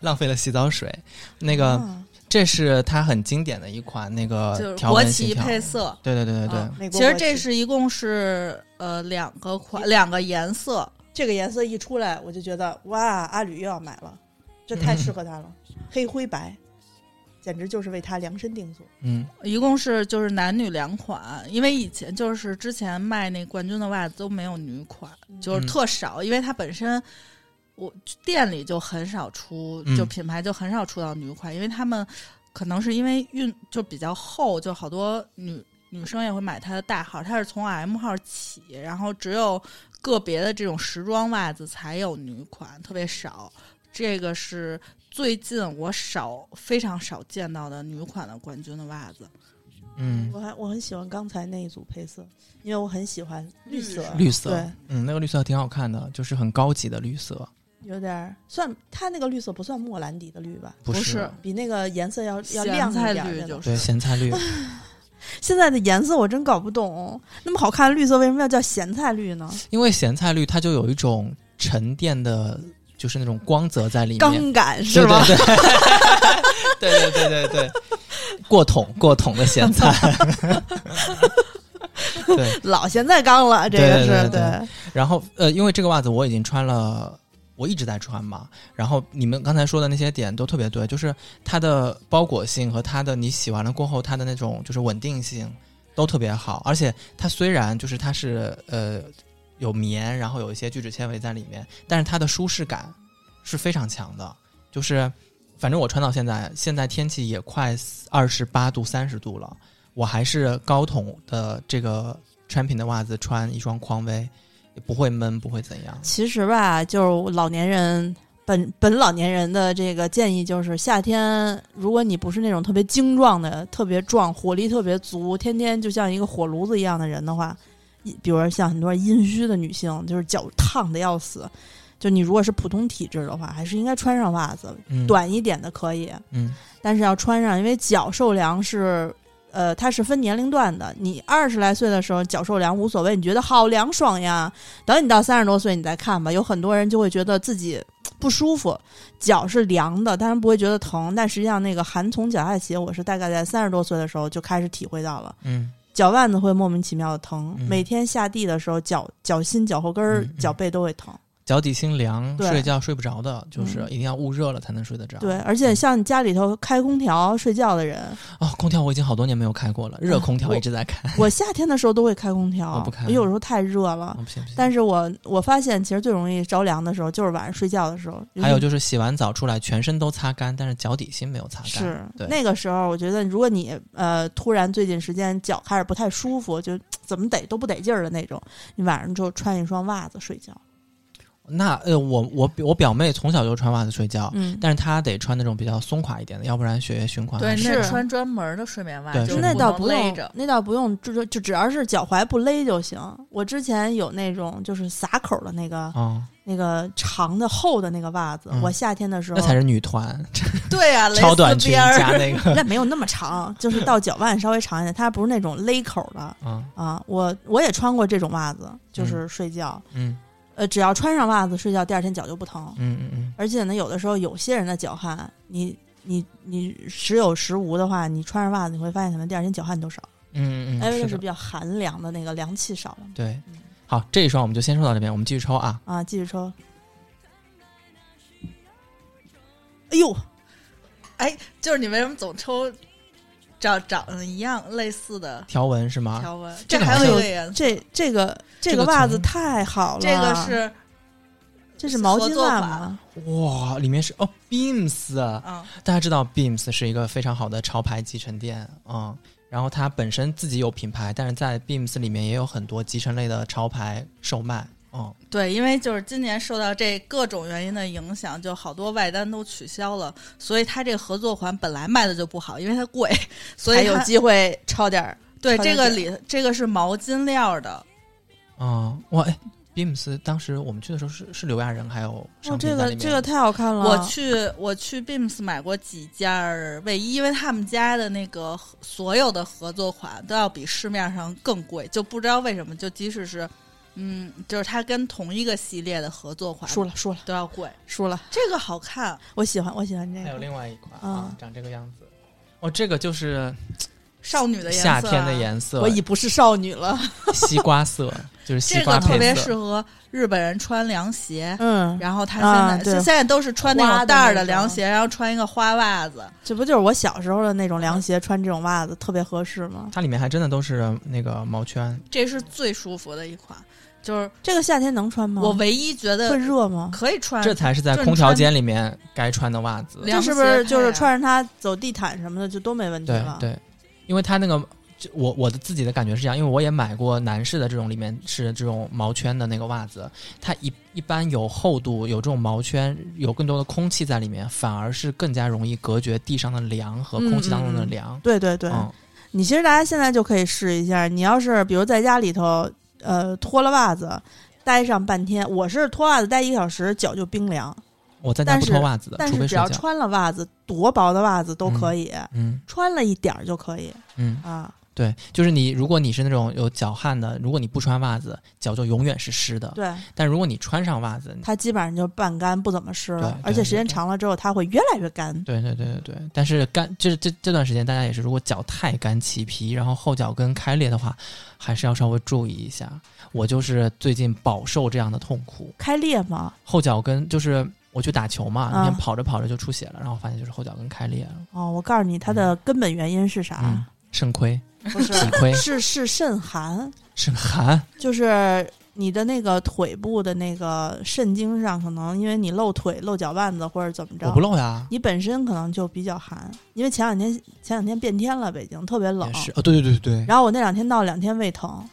Speaker 4: 浪费了洗澡水，那个、
Speaker 2: 啊
Speaker 4: 这是它很经典的一款那个
Speaker 3: 就是
Speaker 4: 条
Speaker 3: 国
Speaker 4: 纹线
Speaker 3: 旗
Speaker 4: 条，
Speaker 3: 配色。
Speaker 4: 对对对对对，
Speaker 3: 啊
Speaker 2: 美国
Speaker 3: 其实
Speaker 2: 国
Speaker 3: 这
Speaker 2: 旗
Speaker 3: 是一共是呃两个款两个颜色，
Speaker 2: 这个颜色一出来，我就觉得哇，阿吕又要买了，这太适合他了，
Speaker 4: 嗯
Speaker 2: 黑灰白，简直就是为他量身定做。
Speaker 4: 嗯，
Speaker 3: 一共是就是男女两款，因为以前就是之前卖那冠军的袜子都没有女款，就是
Speaker 4: 嗯
Speaker 3: 特少，因为它本身我店里就很少出，
Speaker 4: 嗯
Speaker 3: 就品牌就很少出到女款，因为他们可能是因为运就比较厚，就好多女女生也会买它的大号，它是从 M 号起，然后只有个别的这种时装袜子才有女款，特别少。这个是最近我少非常少见到的女款的冠军的袜子。
Speaker 4: 嗯，
Speaker 2: 我还我很喜欢刚才那一组配色，因为我很喜欢绿色，
Speaker 4: 绿色
Speaker 2: 对，，
Speaker 4: 嗯，那个绿色挺好看的，就是很高级的绿色，
Speaker 2: 有点儿算它那个绿色不算莫兰迪的绿吧，
Speaker 4: 不
Speaker 3: 不是
Speaker 2: 比那个颜色要要
Speaker 3: 咸
Speaker 2: 亮
Speaker 3: 菜
Speaker 2: 一点儿
Speaker 3: 绿
Speaker 2: 的
Speaker 3: 就
Speaker 4: 对，
Speaker 3: 是
Speaker 4: 咸 菜绿，
Speaker 2: 现在的颜色我真搞不懂，那么好看的绿色为什么要叫咸菜绿呢？
Speaker 4: 因为咸菜绿它就有一种沉淀的，就是那种光泽在里面，
Speaker 2: 杠杆
Speaker 4: 对
Speaker 2: 是吗？
Speaker 4: 对对对对对对对，过桶过桶的咸菜， 对。
Speaker 2: 老咸菜缸了，这个
Speaker 4: 对
Speaker 2: 是
Speaker 4: 对对然后呃，因为这个袜子我已经穿了，我一直在穿嘛。然后你们刚才说的那些点都特别对，就是它的包裹性和它的你洗完了过后它的那种就是稳定性都特别好，而且它虽然就是它是呃有棉，然后有一些聚酯纤维在里面，但是它的舒适感是非常强的，就是。反正我穿到现在，现在天气也快二十八度、三十度了，我还是高筒的这个穿品的袜子穿一双匡威，也不会闷，不会怎样。
Speaker 2: 其实吧，就是老年人本本老年人的这个建议就是，夏天如果你不是那种特别精壮的、特别壮、火力特别足，天天就像一个火炉子一样的人的话，一比如说像很多阴虚的女性，就是脚烫的要死。就你如果是普通体质的话，还是应该穿上袜子，
Speaker 4: 嗯，，
Speaker 2: 短一点的可以，
Speaker 4: 嗯
Speaker 2: 但是要穿上，因为脚受凉是，呃，它是分年龄段的。你二十来岁的时候脚受凉无所谓，你觉得好凉爽呀。等你到三十多岁你再看吧。有很多人就会觉得自己不舒服，脚是凉的，当然不会觉得疼，但实际上那个寒从脚下起，我是大概在三十多岁的时候就开始体会到了。
Speaker 4: 嗯
Speaker 2: 脚腕子会莫名其妙的疼，
Speaker 4: 嗯
Speaker 2: 每天下地的时候，脚脚心、脚后跟儿、
Speaker 4: 嗯嗯
Speaker 2: 脚背都会疼。
Speaker 4: 脚底心凉，
Speaker 2: 对
Speaker 4: 睡觉睡不着的，就是
Speaker 2: 嗯
Speaker 4: 一定要捂热了才能睡得着。
Speaker 2: 对，而且像你家里头开空调睡觉的人，
Speaker 4: 哦，空调我已经好多年没有开过了，热空调
Speaker 2: 我
Speaker 4: 一直在开。
Speaker 2: 我夏天的时候都会开空
Speaker 4: 我
Speaker 2: 调
Speaker 4: 哦不开，
Speaker 2: 有时候太热了。
Speaker 4: 哦不行不行。
Speaker 2: 但是我我发现，其实最容易着凉的时候就是晚上睡觉的时候。
Speaker 4: 还有
Speaker 2: 就
Speaker 4: 就是洗完澡出来，全身都擦干，但是脚底心没有擦干。
Speaker 2: 是
Speaker 4: 对
Speaker 2: 那个时候，我觉得如果你呃突然最近时间脚开始不太舒服，就怎么得都不得劲儿的那种，你晚上就穿一双袜子睡觉。
Speaker 4: 哦那呃，我我我表妹从小就穿袜子睡觉，
Speaker 2: 嗯，
Speaker 4: 但是她得穿那种比较松垮一点的，要不然血液循环
Speaker 3: 对，
Speaker 4: 啊还是
Speaker 3: 那
Speaker 2: 是
Speaker 3: 穿专门的睡眠袜，
Speaker 4: 对
Speaker 3: 就是是
Speaker 2: 那倒
Speaker 3: 不
Speaker 2: 不
Speaker 3: 能勒
Speaker 2: 用
Speaker 3: 着，。
Speaker 2: 那倒不用，就就就只要是脚踝不勒就行。我之前有那种就是撒口的那个、
Speaker 4: 哦，
Speaker 2: 那个长的厚的那个袜子，
Speaker 4: 嗯
Speaker 2: 我夏天的时候
Speaker 4: 那才是女团，
Speaker 3: 对啊，蕾
Speaker 4: 超
Speaker 3: 丝
Speaker 4: 短裙
Speaker 3: 边儿
Speaker 4: 加 那个，
Speaker 2: 那没有那么长，就是到脚腕稍微长一点，它不是那种勒口的
Speaker 4: 嗯
Speaker 2: 啊。我我也穿过这种袜子，就是睡觉，
Speaker 4: 嗯
Speaker 2: 呃，只要穿上袜子睡觉，第二天脚就不疼。
Speaker 4: 嗯嗯嗯，
Speaker 2: 而且呢，有的时候有些人的脚汗，你你你时有时无的话，你穿上袜子你会发现，可能第二天脚汗都少，
Speaker 4: 嗯嗯
Speaker 2: 因
Speaker 4: 嗯，
Speaker 2: 为那
Speaker 4: 的
Speaker 2: 是比较寒凉的那个凉气少了嘛
Speaker 4: 对
Speaker 2: 嗯，
Speaker 4: 好，这一双我们就先说到这边，我们继续抽啊。
Speaker 2: 啊。继续抽。哎呦，
Speaker 3: 就是你为什么总抽找长得一样类似的
Speaker 4: 条纹是吗？
Speaker 3: 条纹？
Speaker 4: 啊这个
Speaker 3: 还
Speaker 4: 好
Speaker 3: 有
Speaker 4: 像
Speaker 3: 一个颜色，
Speaker 2: 这这个
Speaker 4: 这
Speaker 2: 这
Speaker 4: 个
Speaker 2: 个袜子
Speaker 4: 从
Speaker 2: 太好了，
Speaker 3: 这个是
Speaker 2: 这是毛
Speaker 3: 合
Speaker 2: 巾
Speaker 3: 作
Speaker 2: 袜
Speaker 3: 款
Speaker 2: 吗？
Speaker 4: 哇，里面是哦，Beams，
Speaker 3: 嗯，
Speaker 4: 大家知道 Beams 是一个非常好的潮牌集成店啊、嗯然后它本身自己有品牌，但是在 Beams 里面也有很多集成类的潮牌售卖。哦，
Speaker 3: 对，因为就是今年受到这各种原因的影响，就好多外单都取消了，所以它这合作款本来卖的就不好，因为它贵，所
Speaker 2: 还
Speaker 3: 以
Speaker 2: 有
Speaker 3: 它
Speaker 2: 机会抄点儿。
Speaker 3: 对
Speaker 2: 超级
Speaker 3: 这个
Speaker 2: 贵
Speaker 3: 里这个是毛巾料的，
Speaker 4: 哦，哇，哎，Beams 当时我们去的时候是是刘亚仁还有商
Speaker 2: 哦，
Speaker 4: 品
Speaker 2: 这
Speaker 4: 在
Speaker 2: 个
Speaker 4: 里面。
Speaker 2: 这个太好看了！
Speaker 3: 我去我去 Beams 买过几件儿卫衣，因为他们家的那个合所有的合作款都要比市面上更贵，就不知道为什么，就即使是嗯，就是它跟同一个系列的合作款
Speaker 2: 输了，输了，
Speaker 3: 都要贵。
Speaker 2: 输了！
Speaker 3: 这个好看，
Speaker 2: 我喜欢，我喜欢这
Speaker 4: 还有
Speaker 2: 个。
Speaker 4: 另外一款
Speaker 2: 嗯
Speaker 4: 啊，长这个样子。哦，这个就是
Speaker 3: 少女的颜色啊、
Speaker 4: 夏天的颜色，
Speaker 2: 我已不是少女了。
Speaker 4: 西瓜色，就是西
Speaker 3: 这
Speaker 4: 瓜
Speaker 3: 个特
Speaker 4: 配
Speaker 3: 别适
Speaker 4: 色。
Speaker 3: 合日本人穿凉鞋，
Speaker 2: 嗯，
Speaker 3: 然后他
Speaker 2: 啊
Speaker 3: 现在、
Speaker 2: 对
Speaker 3: 现在都是穿那
Speaker 2: 花的
Speaker 3: 种带儿
Speaker 2: 那
Speaker 3: 的
Speaker 2: 种
Speaker 3: 凉鞋，然后穿一个花袜子。
Speaker 2: 这不就是我小时候的那种凉鞋，穿这种袜子特别合适吗？
Speaker 4: 它里面还真的都是那个毛圈，
Speaker 3: 这是最舒服的一款，就是
Speaker 2: 这个夏天能穿吗？
Speaker 3: 我唯一觉
Speaker 2: 嗯会
Speaker 3: 得
Speaker 2: 热吗？
Speaker 3: 可以穿。
Speaker 4: 这才是在空调间里面该穿的袜子。
Speaker 3: 凉
Speaker 2: 这
Speaker 3: 鞋
Speaker 2: 是不是就是
Speaker 3: 配啊
Speaker 2: 穿着它走地毯什么的就都没问题
Speaker 4: 对
Speaker 2: 了？
Speaker 4: 对，因为它那个。就我我的自己的感觉是这样，因为我也买过男士的这种里面是这种毛圈的那个袜子，它一一般有厚度，有这种毛圈，有更多的空气在里面，反而是更加容易隔绝地上的凉和空气当中的凉。
Speaker 2: 对嗯对对
Speaker 4: 嗯，
Speaker 2: 你其实大家现在就可以试一下，你要是比如在家里头，呃，脱了袜子。待上半天，我是脱袜子待一个小时，脚就冰凉。
Speaker 4: 我在家
Speaker 2: 但
Speaker 4: 不
Speaker 2: 是
Speaker 4: 脱袜子的，
Speaker 2: 但
Speaker 4: 除非
Speaker 2: 是只
Speaker 4: 睡
Speaker 2: 要
Speaker 4: 觉。
Speaker 2: 穿了袜子，多薄的袜子都可以，
Speaker 4: 嗯
Speaker 2: 穿了一点儿就可以
Speaker 4: 嗯，
Speaker 2: 啊。
Speaker 4: 对，就是你，如果你是那种有脚汗的，如果你不穿袜子，脚就永远是湿的。
Speaker 2: 对，
Speaker 4: 但如果你穿上袜子，
Speaker 2: 它基本上就半干，不怎么湿了
Speaker 4: 对，对
Speaker 2: 而且时间
Speaker 4: 对对
Speaker 2: 长了之后，它会越来越干。
Speaker 4: 对对对对对，但是干就是这这段时间，大家也是，如果脚太干起皮，然后后脚跟开裂的话，还是要稍微注意一下。我就是最近饱受这样的痛苦，
Speaker 2: 开裂吗？
Speaker 4: 后脚跟就是我去打球嘛，那天
Speaker 2: 啊
Speaker 4: 跑着跑着就出血了，然后发现就是后脚跟开裂了，
Speaker 2: 哦，我告诉你，它的根本原因是啥？
Speaker 4: 嗯，肾亏、
Speaker 2: 不是，
Speaker 4: 肾亏、
Speaker 2: 啊是是肾寒，
Speaker 4: 肾寒，
Speaker 2: 就是你的那个腿部的那个肾经上，可能因为你露腿、露脚腕子或者怎么
Speaker 4: 我
Speaker 2: 着
Speaker 4: 不，漏呀，
Speaker 2: 你本身可能就比较寒。因为前两天前两天变天了，北京特别冷
Speaker 4: 也，是，哦，对对对对对，
Speaker 2: 然后我那两天闹两天胃疼。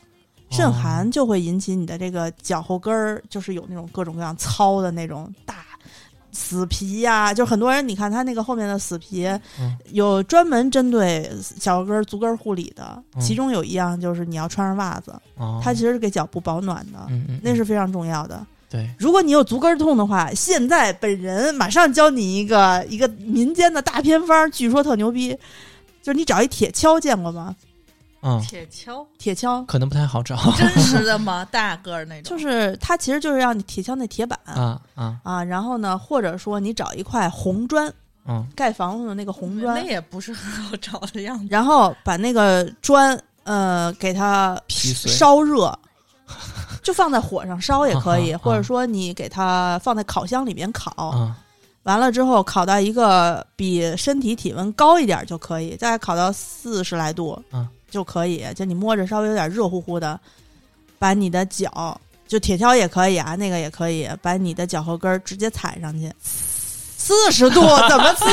Speaker 2: 肾
Speaker 4: 哦
Speaker 2: 寒就会引起你的这个脚后跟儿，就是有那种各种各样糙的那种大死皮呀、就很多人你看他那个后面的死皮，
Speaker 4: 嗯
Speaker 2: 有专门针对小跟儿、足跟儿护理的，
Speaker 4: 嗯
Speaker 2: 其中有一样就是你要穿上袜子，
Speaker 4: 哦，
Speaker 2: 它其实是给脚部保暖的，
Speaker 4: 嗯嗯，
Speaker 2: 那
Speaker 4: 嗯
Speaker 2: 是非常重要的。
Speaker 4: 对，
Speaker 2: 如果你有足跟儿痛的话，现在本人马上教你一个一个民间的大偏方，据说特牛逼，就是你找一铁锹，见过吗？
Speaker 4: 嗯，
Speaker 3: 铁锹，
Speaker 2: 铁锹。
Speaker 4: 可能不太好 找
Speaker 3: 真实的吗？ 大个儿那种，
Speaker 2: 就是它其实就是让你铁锹那铁板
Speaker 4: 啊啊
Speaker 2: 啊，然后呢，或者说你找一块红砖，
Speaker 4: 嗯
Speaker 2: 盖房子的那个红
Speaker 3: 那
Speaker 2: 砖，
Speaker 3: 也不是很好找的样子。
Speaker 2: 然后把那个砖呃给它
Speaker 4: 劈碎
Speaker 2: 烧热，就放在火上烧也可以，
Speaker 4: 啊啊啊
Speaker 2: 或者说你给它放在烤箱里面烤，
Speaker 4: 啊
Speaker 2: 完了之后烤到一个比身体体温高一点就可以，大概烤到四十来度
Speaker 4: 啊
Speaker 2: 就可以，就你摸着稍微有点热乎乎的，把你的脚。就铁锹也可以啊，那个也可以，把你的脚后跟儿直接踩上去，四十度怎么刺？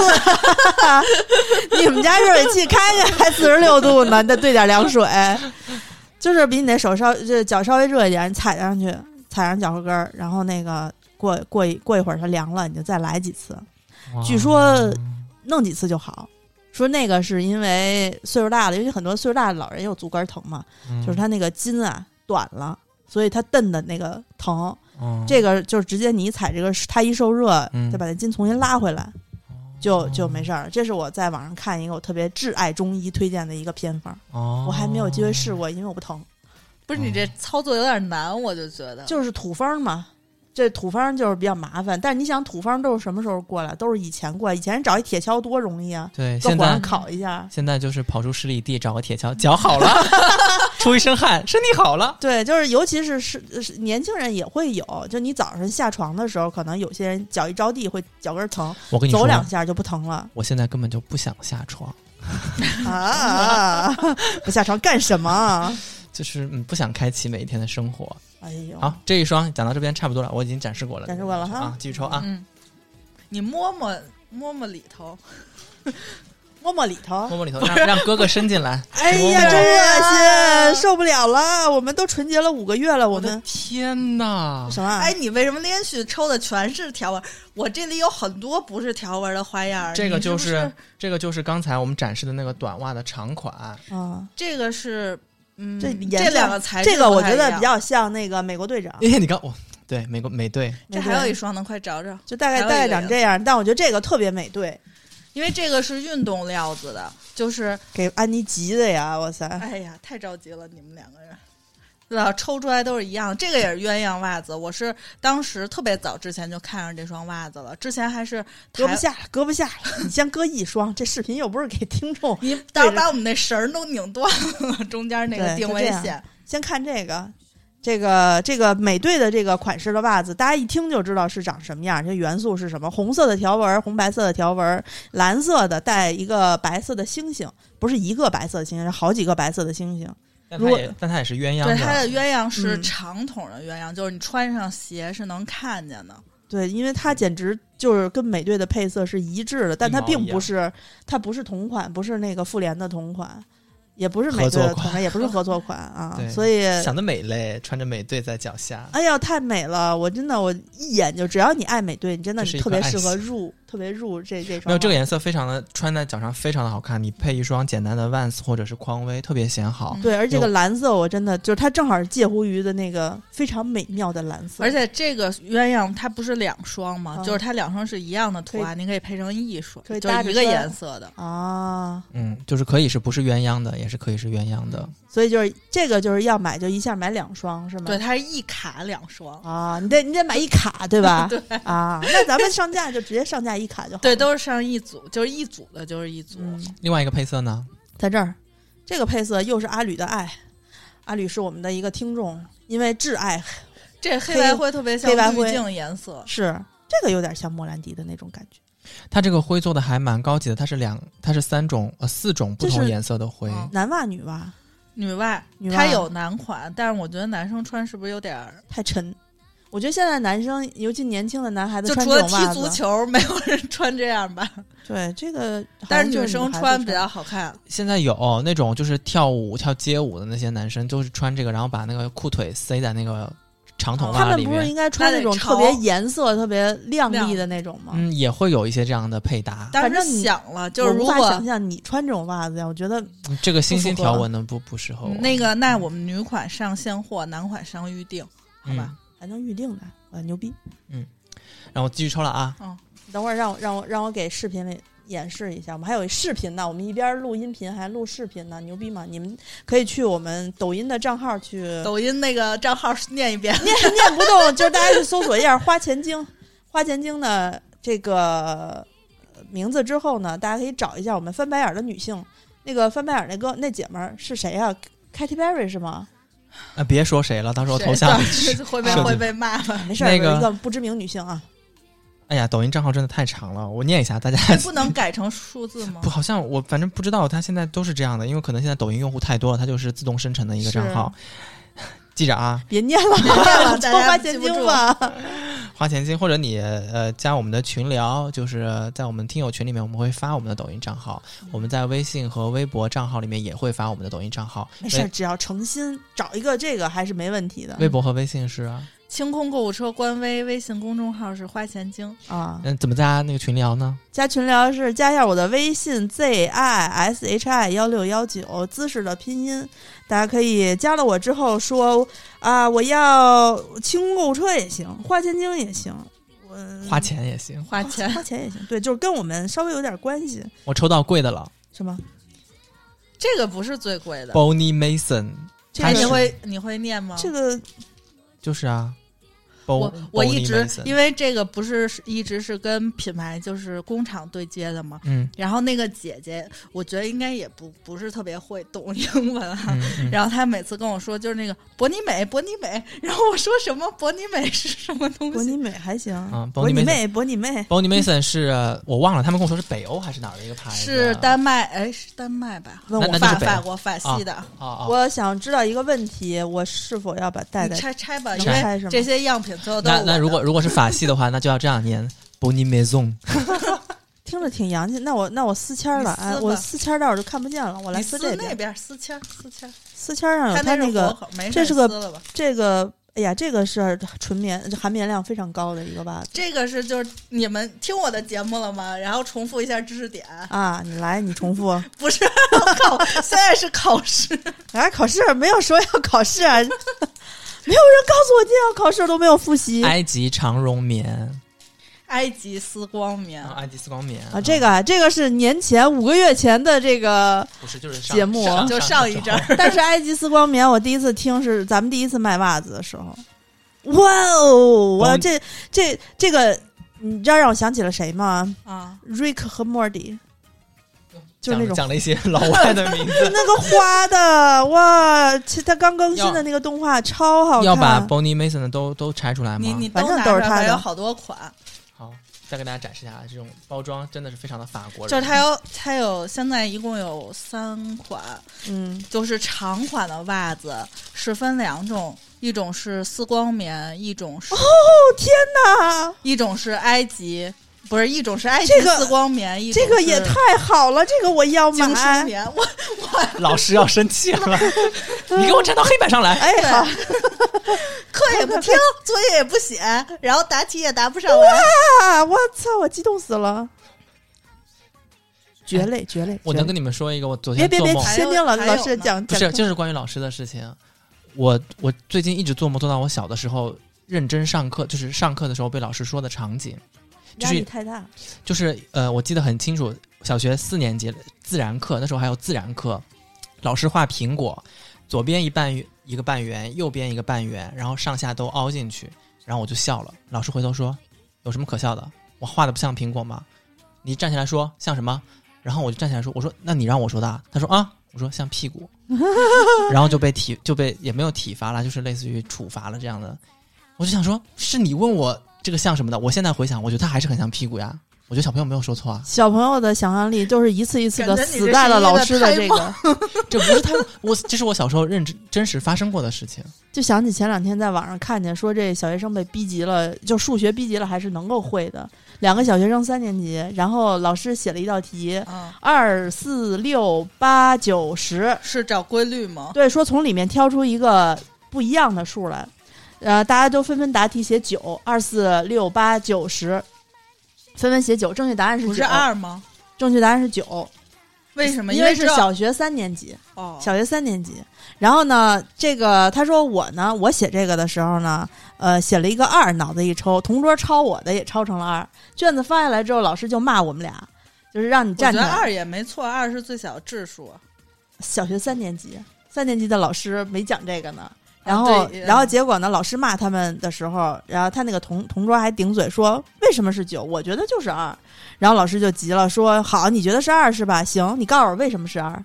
Speaker 2: 你们家热水器开开还四十六度呢，你得兑点凉水，就是比你那手稍这脚稍微热一点，你踩上去，踩上脚后跟儿，然后那个过过一过一会儿它凉了，你就再来几次，哦据说
Speaker 4: 嗯
Speaker 2: 弄几次就好。说那个是因为岁数大了，因为很多岁数大的老人也有足跟儿疼嘛，
Speaker 4: 嗯
Speaker 2: 就是他那个筋啊短了，所以他蹬的那个疼。
Speaker 4: 嗯
Speaker 2: 这个就是直接你一踩这个，它一受热，
Speaker 4: 嗯
Speaker 2: 再把那筋重新拉回来，就就没事儿了。这是我在网上看一个我特别挚爱中医推荐的一个偏方，
Speaker 4: 哦，
Speaker 2: 我还没有机会试过，因为我不疼，
Speaker 3: 不是你这操作有点难，我就觉得。
Speaker 2: 就是土方嘛。这土方就是比较麻烦，但是你想土方都是什么时候过来？都是以前过来，以前人找一铁锹多容易啊，
Speaker 4: 对，
Speaker 2: 搁
Speaker 4: 现
Speaker 2: 火上
Speaker 4: 在
Speaker 2: 烤一下。
Speaker 4: 现在就是跑出十里地找个铁锹，脚好了， 出一身汗，身体好了。
Speaker 2: 对，就是尤其是是是年轻人也会有，就你早上下床的时候，可能有些人脚一着地会脚跟儿疼，
Speaker 4: 我跟你
Speaker 2: 走
Speaker 4: 说，
Speaker 2: 两下就不疼了。
Speaker 4: 我现在根本就不想下床，
Speaker 2: 啊！ 不下床干什么？啊
Speaker 4: 就是嗯不想开启每一天的生活。
Speaker 2: 哎呦，
Speaker 4: 好，这一双讲到这边差不多了，我已经展示过了，
Speaker 2: 展示过了哈嗯
Speaker 3: 嗯
Speaker 4: 啊，继续抽啊。
Speaker 3: 嗯，你摸摸摸摸里头，
Speaker 2: 摸摸里头
Speaker 4: 摸。摸里头，让让哥哥伸进来。
Speaker 2: 哎
Speaker 4: 摸摸
Speaker 2: 呀，真
Speaker 3: 哎呀
Speaker 2: 恶心，受不了了！我们都纯洁了五个月了，我
Speaker 4: 我的
Speaker 2: 们
Speaker 4: 天哪！
Speaker 2: 什么啊？
Speaker 3: 哎，你为什么连续抽的全是条纹？我这里有很多不是条纹的花样儿。
Speaker 4: 这个
Speaker 3: 你是
Speaker 4: 就
Speaker 3: 不是
Speaker 4: 这个就是刚才我们展示的那个短袜的长款，
Speaker 2: 啊，
Speaker 3: 这个是，嗯，
Speaker 2: 这
Speaker 3: 这
Speaker 2: 颜色
Speaker 3: 两个材质
Speaker 2: 这个我觉
Speaker 3: 不太
Speaker 2: 得
Speaker 3: 一样
Speaker 2: 比较像那个美国队长，
Speaker 4: 因哎为你刚我哦对美国美队
Speaker 3: 这还有一双呢，快找找，
Speaker 2: 就大概
Speaker 3: 还有
Speaker 2: 大
Speaker 3: 一个
Speaker 2: 概长这样，但我觉得这个特别美队，
Speaker 3: 因为这个是运动料子的，就是
Speaker 2: 给安妮急的呀！哇 塞，
Speaker 3: 哎呀，太着急了，你们两个人。对吧？抽出来都是一样，这个也是鸳鸯袜子。我是当时特别早之前就看上这双袜子了，之前还是
Speaker 2: 搁不
Speaker 3: 台
Speaker 2: 下了，搁不下了，你先搁一双，这视频又不是给听众，
Speaker 3: 你到时候把我们那绳儿都拧断了， 中间那个
Speaker 2: 对就
Speaker 3: 定位
Speaker 2: 这样
Speaker 3: 线。
Speaker 2: 先看这个。这个这个美队的这个款式的袜子，大家一听就知道是长什么样，这元素是什么？红色的条纹，红白色的条纹，蓝色的带一个白色的星星，不是一个白色的星星，是好几个白色的星星。
Speaker 4: 但
Speaker 2: 如
Speaker 4: 它
Speaker 2: 果
Speaker 4: 也但它也是鸳鸯
Speaker 3: 对，它
Speaker 4: 的，
Speaker 3: 的鸳鸯是
Speaker 2: 嗯
Speaker 3: 长筒的鸳鸯，就是你穿上鞋是能看见的。
Speaker 2: 对，因为它简直就是跟美队的配色是一致的，但它
Speaker 4: 嗯一毛
Speaker 2: 并
Speaker 4: 一
Speaker 2: 不
Speaker 4: 样
Speaker 2: 是，它不是同款，不是那个复联的同款，也不是美队的
Speaker 4: 合作
Speaker 2: 同
Speaker 4: 款
Speaker 2: 款，也不是合作 款啊
Speaker 4: 对，
Speaker 2: 所以。
Speaker 4: 想得美嘞，穿着美队在脚下，
Speaker 2: 哎呀，太美了！我真的，我一眼就，只要你爱美队，你真的
Speaker 4: 这是
Speaker 2: 你
Speaker 4: 一
Speaker 2: 特别
Speaker 4: 颗爱
Speaker 2: 适合
Speaker 4: 死
Speaker 2: 入，特别入这这双袜。
Speaker 4: 没有这个颜色非常的穿在脚上非常的好看，你配一双简单的 Vans 或者是匡威特别显好
Speaker 3: 嗯。
Speaker 2: 对，而这个
Speaker 4: 有
Speaker 2: 蓝色我真的就是它正好是介乎于的那个非常美妙的蓝色，
Speaker 3: 而且这个鸳鸯它不是两双吗？
Speaker 2: 嗯
Speaker 3: 就是它两双是一样的图案，你可以配成一双，
Speaker 2: 可以
Speaker 3: 就
Speaker 2: 搭
Speaker 3: 是
Speaker 2: 着
Speaker 3: 一个
Speaker 2: 穿
Speaker 3: 颜色的。
Speaker 2: 啊，
Speaker 4: 嗯，就是可以是不是鸳鸯的，也是可以是鸳鸯的。
Speaker 2: 所以就是这个就是要买就一下买两双是吗？
Speaker 3: 对，它是一卡两双。
Speaker 2: 啊，你得你得买一卡对 吧？对啊，那咱们上架就直接上架一卡就好了。
Speaker 3: 对，都是上一组，就是一组的，就是一组。
Speaker 2: 嗯，
Speaker 4: 另外一个配色呢，
Speaker 2: 在这儿，这个配色又是阿吕的爱，阿吕是我们的一个听众，因为挚爱
Speaker 3: 这黑白灰特别像
Speaker 2: 黑白灰
Speaker 3: 滤镜颜色，
Speaker 2: 是这个有点像莫兰迪的那种感觉，
Speaker 4: 它这个灰做的还蛮高级的，它是两它是三种呃四种不
Speaker 2: 这
Speaker 4: 同
Speaker 2: 是
Speaker 4: 颜色的灰。
Speaker 3: 嗯
Speaker 2: 男袜女袜
Speaker 3: 女袜
Speaker 2: 女袜
Speaker 3: 它有男款，但是我觉得男生穿是不是有点儿？
Speaker 2: 太沉。我觉得现在男生，尤其年轻的男孩子，
Speaker 3: 就
Speaker 2: 穿
Speaker 3: 除
Speaker 2: 这种
Speaker 3: 了踢
Speaker 2: 袜
Speaker 3: 足
Speaker 2: 子，
Speaker 3: 球，没有人穿这样吧？
Speaker 2: 对这个好像
Speaker 3: 但是
Speaker 2: 就
Speaker 3: 女
Speaker 2: 女
Speaker 3: 生
Speaker 2: 孩子
Speaker 3: 穿比较好看。
Speaker 4: 现在有那种就是跳舞、跳街舞的那些男生，就是穿这个，然后把那个裤腿塞在那个长筒
Speaker 2: 哦他
Speaker 4: 袜
Speaker 2: 们
Speaker 4: 里
Speaker 2: 不是
Speaker 4: 面。
Speaker 2: 应该穿
Speaker 3: 那
Speaker 2: 那
Speaker 3: 得
Speaker 2: 种特
Speaker 3: 潮
Speaker 2: 别颜色特别亮丽
Speaker 3: 亮
Speaker 2: 的那种吗？
Speaker 4: 嗯，也会有一些这样的配搭。
Speaker 3: 当
Speaker 2: 反正
Speaker 3: 时
Speaker 2: 你
Speaker 3: 想了，就
Speaker 2: 我无
Speaker 3: 是如
Speaker 2: 法
Speaker 3: 果
Speaker 2: 想象你穿这种袜子呀，我觉得
Speaker 4: 嗯这个星星
Speaker 2: 不符合
Speaker 4: 条纹的不不适合我。
Speaker 3: 那个，那我们女款上现货，男款上预定，好
Speaker 4: 嗯
Speaker 3: 吧？
Speaker 2: 还能预定的，我牛逼！
Speaker 4: 然后继续抽了啊，
Speaker 2: 等会儿让我让我让我给视频里演示一下，我们还有一视频呢，我们一边录音频还录视频呢，牛逼吗？你们可以去我们抖音的账号去
Speaker 4: 嗯
Speaker 2: 念
Speaker 3: 抖音那个账号念一遍，
Speaker 2: 念不动，就是大家去搜索一下“花钱精”，花钱精的这个呃名字之后呢，大家可以找一下我们翻白眼儿的女性，那个翻白眼儿那哥那姐们儿是谁呀、k a t y Perry 是吗？
Speaker 4: 啊别说谁了，到时候 头像
Speaker 3: 到。时候会被
Speaker 4: 设计
Speaker 3: 会被骂吧？
Speaker 2: 没事儿，
Speaker 4: 那个
Speaker 2: 有一个不知名女性啊，
Speaker 4: 哎呀，抖音账号真的太长了，我念一下 大家。
Speaker 3: 不能改成数字吗
Speaker 4: 不，？好像我反正不知道，它现在都是这样的，因为可能现在抖音用户太多了，它就是自动生成的一个账号。 记着啊，
Speaker 2: 别念了，
Speaker 3: 念了
Speaker 2: 多
Speaker 3: 大家
Speaker 2: 花
Speaker 3: 记
Speaker 2: 钱
Speaker 3: 不
Speaker 2: 精
Speaker 3: 住
Speaker 2: 吧。
Speaker 4: 花钱精，或者你呃加我们的群聊，就是呃在我们听友群里面，我们会发我们的抖音账号，
Speaker 3: 嗯
Speaker 4: 我们在微信和微博账号里面也会发我们的抖音账号。
Speaker 2: 没事儿，
Speaker 4: 微
Speaker 2: 只要诚心找一个这个还是没问题的
Speaker 4: 微博和微信是啊
Speaker 3: 清空购物车官微微信公众号是花钱精，
Speaker 2: 啊。
Speaker 4: 嗯、怎么加那个群聊呢？
Speaker 2: 加群聊是加一下我的微信 z i s h i 幺六幺九，姿势的拼音，大家可以加了我之后说啊，我要清空购物车也行，花千金也行，我
Speaker 3: 嗯
Speaker 4: 花钱也行，
Speaker 3: 花钱
Speaker 2: 花钱也行，对，就是跟我们稍微有点关系，
Speaker 4: 我抽到贵的了
Speaker 2: 是吗？
Speaker 3: 这个不是最贵的。
Speaker 4: ，Bonnie Mason，
Speaker 2: 这
Speaker 4: 它
Speaker 3: 哎
Speaker 2: 个
Speaker 3: 你
Speaker 4: 是
Speaker 3: 会你会念吗？
Speaker 2: 这个
Speaker 4: 就是啊。Bon-
Speaker 3: 我我一
Speaker 4: Bonnie
Speaker 3: 直
Speaker 4: Mason
Speaker 3: 因为这个不是一直是跟品牌就是工厂对接的嘛，
Speaker 4: 嗯
Speaker 3: 然后那个姐姐我觉得应该也不不是特别会懂英文啊，
Speaker 4: 嗯嗯
Speaker 3: 然后他每次跟我说就是那个伯尼美，伯尼美，然后我说什么伯尼美是什么东
Speaker 2: 博你
Speaker 3: 西？
Speaker 2: 美还行，
Speaker 4: 啊
Speaker 2: 博
Speaker 4: 博
Speaker 2: 你
Speaker 4: 你
Speaker 2: 妹，博你妹，
Speaker 4: Bonnie Mason 是呃我忘了，他们跟我说是北欧还是哪儿的一个牌子？啊
Speaker 3: 是丹麦，哎，是丹麦吧？
Speaker 2: 问
Speaker 4: 那
Speaker 2: 我
Speaker 4: 那就
Speaker 3: 法
Speaker 4: 是北欧啊
Speaker 3: 法国法系的，
Speaker 4: 哦哦，
Speaker 2: 我想知道一个问题，我是否要把带
Speaker 3: 你
Speaker 2: 在
Speaker 3: 拆拆吧，因
Speaker 4: 拆
Speaker 2: 拆是吗
Speaker 3: 为这些样品最后都是
Speaker 4: 那
Speaker 3: 我
Speaker 4: 那如
Speaker 3: 的
Speaker 4: 果如果是法系的话，那就要这样念 Bonnie Maison。
Speaker 2: 听着挺洋气。那我那我撕签儿了，
Speaker 3: 你
Speaker 2: 哎
Speaker 3: 撕吧
Speaker 2: 我撕签儿到时候就看不见了，我来
Speaker 3: 你
Speaker 2: 撕
Speaker 3: 撕
Speaker 2: 这
Speaker 3: 那
Speaker 2: 边。
Speaker 3: 边撕签儿撕签儿，
Speaker 2: 撕签儿上有
Speaker 3: 他
Speaker 2: 那个
Speaker 3: 口，没事
Speaker 2: 这
Speaker 3: 儿
Speaker 2: 是个
Speaker 3: 撕了吧？
Speaker 2: 这个，哎呀，这个是纯棉，这含棉量非常高的一个袜子
Speaker 3: 这个是就是你们听我的节目了吗？然后重复一下知识点，
Speaker 2: 啊！你来，你重复。
Speaker 3: 不是 考，现在是考试，
Speaker 2: 哎，考试没有说要考试啊，没有人告诉我今天要考试，我都没有复习
Speaker 3: 哎
Speaker 4: 埃及长绒棉，
Speaker 3: 埃及丝光棉
Speaker 4: 然后埃及丝光棉
Speaker 2: 啊。这个啊这个是年前五个月前的这个，
Speaker 4: 不是就是
Speaker 2: 节目
Speaker 3: 就上一阵儿，
Speaker 2: 但是埃及丝光棉，我第一次听是咱们第一次卖袜子的时候。哇哦，哇，
Speaker 4: 懂
Speaker 2: 这这这个，你知道让我想起了谁吗？
Speaker 3: 啊，
Speaker 2: 瑞克和莫迪，就是那
Speaker 4: 讲
Speaker 2: 种
Speaker 4: 讲了一些老外的名字，
Speaker 2: 那个花的哇，其他刚更新的那个动画超好看。啊
Speaker 4: 要把 Bonnie Mason 的都都拆出来吗？
Speaker 3: 你你
Speaker 2: 反正
Speaker 3: 拿
Speaker 2: 都
Speaker 3: 出
Speaker 2: 是
Speaker 3: 来，
Speaker 2: 他
Speaker 3: 啊还
Speaker 2: 的
Speaker 3: 有好多款，
Speaker 4: 好，再跟大家展示一下，啊这种包装真的是非常的法国人，
Speaker 3: 就是它有它有现在一共有三款，
Speaker 2: 嗯，
Speaker 3: 就是长款的袜子是分两种，一种是丝光棉，一种是、
Speaker 2: 哦天哪，
Speaker 3: 一种是埃及，不是一种是埃及
Speaker 2: 这个
Speaker 3: 丝光棉，一种
Speaker 2: 这个也
Speaker 3: 是
Speaker 2: 太好了，这个我要
Speaker 3: 精梳
Speaker 2: 买。
Speaker 3: 棉，我
Speaker 4: 老师要生 气了，你给我站到黑板上来。
Speaker 2: 哎呀，
Speaker 3: 课也不听，作业也不写，然后答题也答不上来。
Speaker 2: 啊！我操，我激动死了，哎绝类绝类！
Speaker 4: 我
Speaker 2: 绝类
Speaker 4: 能跟你们说一个，我昨
Speaker 2: 别
Speaker 4: 天
Speaker 2: 别
Speaker 4: 做
Speaker 2: 别
Speaker 4: 梦，
Speaker 2: 签订了，
Speaker 3: 还有
Speaker 2: 老师
Speaker 3: 呢
Speaker 2: 讲
Speaker 4: 不
Speaker 2: 讲
Speaker 4: 是就是关于老师的事情。我我最近一直做梦，做到我小的时候认真上课，就是上课的时候被老师说的场景，就
Speaker 2: 压力
Speaker 4: 是
Speaker 2: 太大，
Speaker 4: 就是呃，我记得很清楚，小学四年级自然课，那时候还有自然课，老师画苹果，左边一半一个半圆，右边一个半圆，然后上下都凹进去，然后我就笑了。老师回头说：“有什么可笑的？我画的不像苹果吗？”你站起来说像什么？然后我就站起来说：“我说那你让我说的啊。”他说：“啊。”我说：“像屁股。”然后就被体就被也没有体罚了，就是类似于处罚了这样的。我就想说，是你问我这个像什么的？我现在回想，我觉得他还是很像屁股呀。我觉得小朋友没有说错啊。
Speaker 2: 小朋友的想象力就是一次一次的
Speaker 3: 感觉你
Speaker 2: 死
Speaker 3: 这
Speaker 2: 在
Speaker 3: 是
Speaker 2: 了
Speaker 3: 一
Speaker 2: 老
Speaker 3: 个
Speaker 2: 师的
Speaker 3: 胎
Speaker 2: 这
Speaker 3: 梦
Speaker 2: 个。
Speaker 4: 这不是他们，我这是我小时候认真真实发生过的事情。
Speaker 2: 就想起前两天在网上看见说，这小学生被逼急了，就数学逼急了，还是能够会的。两个小学生三年级，然后老师写了一道题，
Speaker 3: 嗯，
Speaker 2: 二四六八九十，
Speaker 3: 是找规律吗？
Speaker 2: 对，说从里面挑出一个不一样的数来，呃，大家都纷纷答题写九，二四六八九十，纷纷写九，正确答案是
Speaker 3: 不是
Speaker 2: 九，
Speaker 3: 二吗？
Speaker 2: 正确答案是九，
Speaker 3: 为什么？
Speaker 2: 因
Speaker 3: 为
Speaker 2: 是
Speaker 3: 这
Speaker 2: 小学三年级，
Speaker 3: 哦，
Speaker 2: 小学三年级。然后呢，这个他说我呢，我写这个的时候呢，呃，写了一个二，脑子一抽，同桌抄我的也抄成了二，卷子发下来之后，老师就骂我们俩，就是让你
Speaker 3: 我觉
Speaker 2: 站起
Speaker 3: 得
Speaker 2: 来。
Speaker 3: 二也没错，二是最小质数。啊
Speaker 2: 小学三年级，三年级的老师没讲这个呢。
Speaker 3: 啊
Speaker 2: 然后，
Speaker 3: 对
Speaker 2: 然后结果呢？老师骂他们的时候，然后他那个同同桌还顶嘴说：“为什么是九？我觉得就是二。”然后老师就急了，说：“好，你觉得是二是吧？行，你告诉我为什么是二。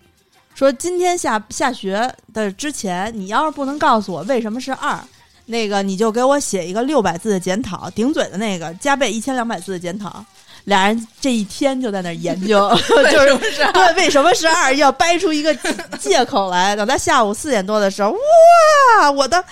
Speaker 2: 说今天下下学的之前，你要是不能告诉我为什么是二，那个你就给我写一个六百字的检讨，顶嘴的那个加倍一千两百字的检讨。”俩人这一天就在那儿研究， 就是
Speaker 3: 是不是？
Speaker 2: 对，为什么十二要掰出一个 借口来？等到下午四点多的时候，哇，我的，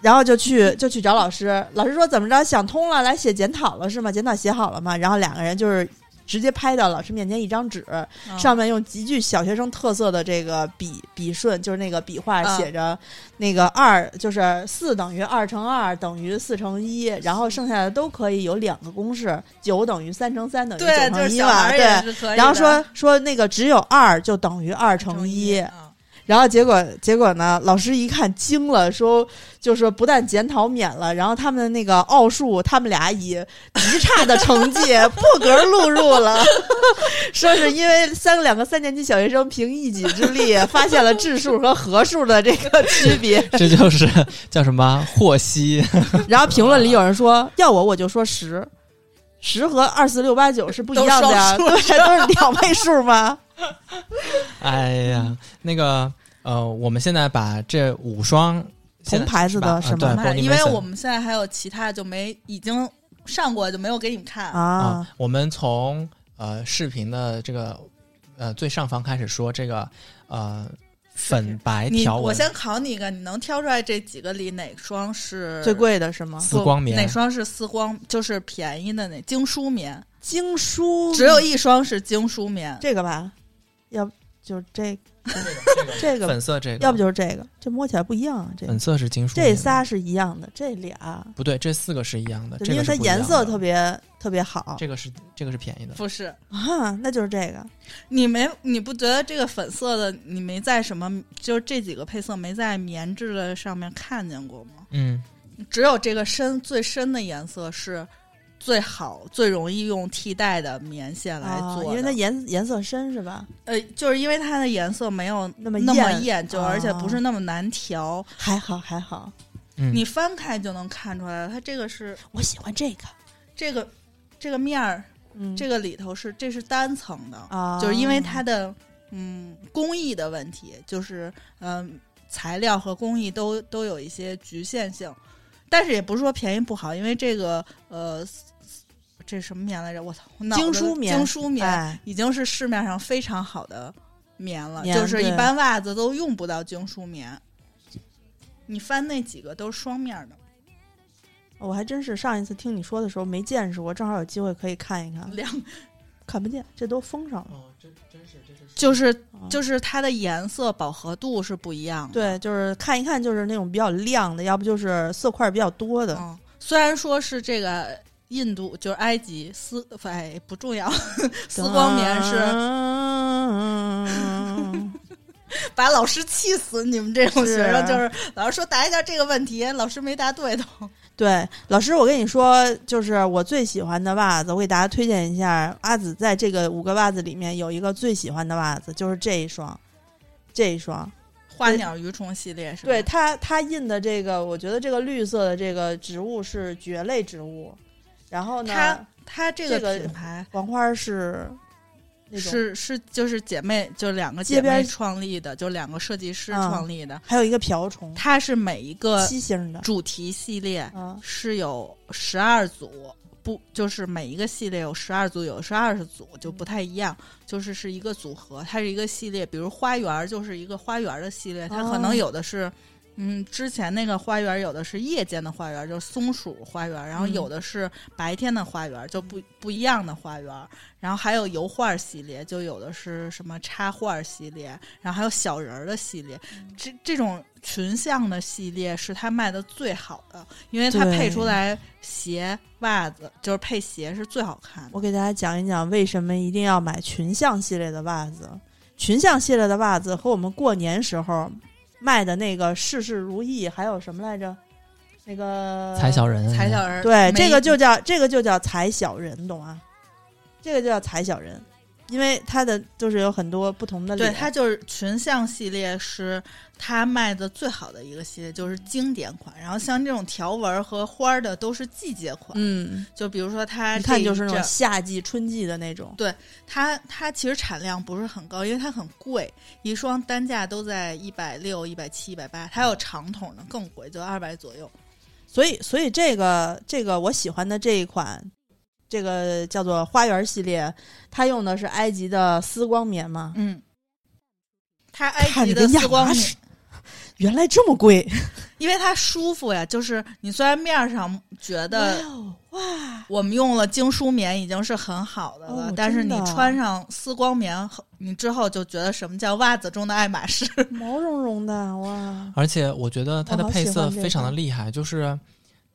Speaker 2: 然后就去就去找老师，老师说怎么着想通了，来写检讨了是吗？检讨写好了吗？然后两个人就是直接拍到老师面前一张纸，
Speaker 3: 嗯
Speaker 2: 上面用极具小学生特色的这个笔笔顺，就是那个笔画
Speaker 3: 嗯
Speaker 2: 写着那个二，就是四等于二乘二等于四乘一，然后剩下的都可以有两个公式，九等于三乘三等于
Speaker 3: 对，
Speaker 2: 九
Speaker 3: 就是
Speaker 2: 乘一
Speaker 3: 小
Speaker 2: 吧，
Speaker 3: 孩
Speaker 2: 对
Speaker 3: 也。是可以的。
Speaker 2: 然后说说那个只有二就等于二乘
Speaker 3: 乘
Speaker 2: 一，
Speaker 3: 啊
Speaker 2: 然后结果结果呢，老师一看惊了，说就说不但检讨免了，然后他们那个奥数，他们俩以极差的成 绩破格录入了，说是因为三两个三年级小学生凭一己之力发现了质数和合数的这个区别，
Speaker 4: 这就是叫什么获悉，
Speaker 2: 然后评论里有人说，要我我就说十，十和二四六八九是不一样的呀，
Speaker 3: 都
Speaker 2: 对，都是两位数吗？
Speaker 4: 哎呀，那个呃，我们现在把这五双
Speaker 2: 同牌子的
Speaker 4: 是
Speaker 2: 是吗
Speaker 4: 吧？
Speaker 3: 妈
Speaker 4: 啊
Speaker 3: 呀
Speaker 4: 对，
Speaker 3: 因为我们现在还有其他就没已经上过就没有给你们看。
Speaker 2: 啊
Speaker 4: 啊，，我们从呃视频的这个呃最上方开始说这个呃粉白
Speaker 3: 你
Speaker 4: 条
Speaker 3: 我
Speaker 4: 纹
Speaker 3: 先考你一个，你能挑出来这几个里哪双是
Speaker 2: 最？贵的是吗？
Speaker 4: 丝光棉
Speaker 3: 哪，双是丝光，就是便宜的那精梳棉，
Speaker 2: 经书
Speaker 3: 只有一双是精梳棉，
Speaker 2: 嗯这个吧，要不就是这 这个吧，
Speaker 4: 粉色这个，
Speaker 2: 要不就是这个，这摸起来不一样啊。这
Speaker 4: 粉色是金属棉的，
Speaker 2: 这仨是一样的，这俩
Speaker 4: 不对，这四个是一样的，
Speaker 2: 对
Speaker 4: 这
Speaker 2: 因
Speaker 4: 个
Speaker 2: 为
Speaker 4: 是
Speaker 2: 它
Speaker 4: 不一样
Speaker 2: 颜色
Speaker 4: 的
Speaker 2: 特别特别好
Speaker 4: 这个是这个是便宜的，
Speaker 3: 不是？
Speaker 2: 啊，那就是这个。
Speaker 3: 你没你不觉得这个粉色的你没在什么，就是这几个配色没在棉质的上面看见过吗？
Speaker 4: 嗯，
Speaker 3: 只有这个深最深的颜色是最好、最容易用替代的棉线来
Speaker 2: 啊
Speaker 3: 做、，
Speaker 2: 因为它颜颜色深是吧？
Speaker 3: 呃，就是因为它的颜色没有
Speaker 2: 那么
Speaker 3: 那么
Speaker 2: 艳
Speaker 3: 艳，就而且不
Speaker 2: 啊
Speaker 3: 是那么难调，
Speaker 2: 还好还好，
Speaker 4: 嗯
Speaker 3: 你翻开就能看出来。它这个是
Speaker 2: 我喜欢这个，
Speaker 3: 这个这个面儿，
Speaker 2: 嗯，
Speaker 3: 这个里头是这是单层的，
Speaker 2: 啊，
Speaker 3: 就是因为它的嗯工艺的问题，就是嗯材料和工艺都都有一些局限性，但是也不是说便宜不好，因为这个呃这什么棉来着？我操，我脑子
Speaker 2: 精梳棉
Speaker 3: 精梳棉、
Speaker 2: 哎
Speaker 3: 已经是市面上非常好的棉了，
Speaker 2: 棉
Speaker 3: 就是一
Speaker 2: 对
Speaker 3: 般袜子都用不到精梳棉。你翻那几个都是双面的，
Speaker 2: 我还真是上一次听你说的时候没见识过，正好有机会可以看一看，
Speaker 3: 两
Speaker 2: 看不见，这都封上了。
Speaker 4: 哦，真真是这是
Speaker 3: 就是
Speaker 2: 啊
Speaker 3: 就是它的颜色饱和度是不一样的。
Speaker 2: 对，就是看一看，就是那种比较亮的，要不就是色块比较多的。
Speaker 3: 嗯，虽然说是这个印度就是埃及丝，哎不重要， 丝光棉是
Speaker 2: 是，
Speaker 3: 把老师气死。你们这种
Speaker 2: 是
Speaker 3: 学生就是老师说答一下这个问题，老师没答对的。
Speaker 2: 对，老师，我跟你说，就是我最喜欢的袜子，我给大家推荐一下。阿紫在这个五个袜子里面有一个最喜欢的袜子，就是这一双，这一双。
Speaker 3: 花鸟鱼虫系列是吧？
Speaker 2: 对，它它印的这个，我觉得这个绿色的这个植物是蕨类植物，然后呢
Speaker 3: 它，它这
Speaker 2: 这个
Speaker 3: 个品牌
Speaker 2: 黄花是那种，
Speaker 3: 是是就是姐妹就两个
Speaker 2: 街
Speaker 3: 姐妹
Speaker 2: 边
Speaker 3: 创立的，就两个设计师
Speaker 2: 嗯
Speaker 3: 创立的，
Speaker 2: 还有一个瓢虫，
Speaker 3: 它是每一个
Speaker 2: 七星的，
Speaker 3: 主题系列
Speaker 2: 啊，
Speaker 3: 是有十二组，不就是每一个系列有十二组，有是二十组，就不太一样，就是是一个组合，它是一个系列，比如花园儿就是一个花园儿的系列，它可
Speaker 2: 哦
Speaker 3: 能有的是。嗯，之前那个花园儿有的是夜间的花园儿，就是松鼠花园儿，然后
Speaker 2: 嗯
Speaker 3: 有的是白天的花园儿，就不不一样的花园儿，然后还有油画儿系列，就有的是什么插画儿系列，然后还有小人儿的系列，
Speaker 2: 嗯
Speaker 3: 这这种群像的系列是它卖的最好的，因为它
Speaker 2: 对
Speaker 3: 配出来鞋、袜子，就是配鞋是最好看的。
Speaker 2: 我给大家讲一讲为什么一定要买群像系列的袜子。群像系列的袜子和我们过年时候卖的那个事事如意，还有什么来着？那个
Speaker 4: 呃踩小人，
Speaker 3: 踩小人
Speaker 2: 嗯
Speaker 3: 儿
Speaker 2: 对，
Speaker 3: 没
Speaker 2: 这个就叫这个就叫踩小人，懂吗？这个就叫踩小人，因为它的就是有很多不同的
Speaker 3: 对
Speaker 2: 脸
Speaker 3: 它就是群像系列是它卖的最好的一个系列，就是经典款。然后像这种条纹儿和花儿的都是季节款，
Speaker 2: 嗯，
Speaker 3: 就比如说它
Speaker 2: 一
Speaker 3: 这
Speaker 2: 看
Speaker 3: 一
Speaker 2: 就是那
Speaker 3: 阵
Speaker 2: 种
Speaker 3: 儿
Speaker 2: 夏季、春季的那种。
Speaker 3: 它它其实产量不是很高，因为它很贵，一双单价都在一百六、一百七、一百八，它有长筒的更贵，就二百左右。
Speaker 2: 所以，所以这个这个我喜欢的这一款，这个叫做花园系列，它用的是埃及的丝光棉嘛。
Speaker 3: 嗯，它埃
Speaker 2: 看
Speaker 3: 及
Speaker 2: 着
Speaker 3: 的
Speaker 2: 跟亚
Speaker 3: 丝光
Speaker 2: 麻
Speaker 3: 棉
Speaker 2: 似，原来这么贵，
Speaker 3: 因为它舒服呀，就是你虽然面儿上觉得
Speaker 2: 哇！
Speaker 3: 我们用了精梳棉已经是很好的了，
Speaker 2: 哦
Speaker 3: 但是
Speaker 2: 真
Speaker 3: 你
Speaker 2: 的
Speaker 3: 穿上丝光棉后，你之后就觉得什么叫袜子中的爱马仕。
Speaker 2: 毛茸茸的哇，
Speaker 4: 而且我觉得它的
Speaker 2: 我好
Speaker 4: 配
Speaker 2: 喜欢
Speaker 4: 色
Speaker 2: 这个
Speaker 4: 非常的厉害，就是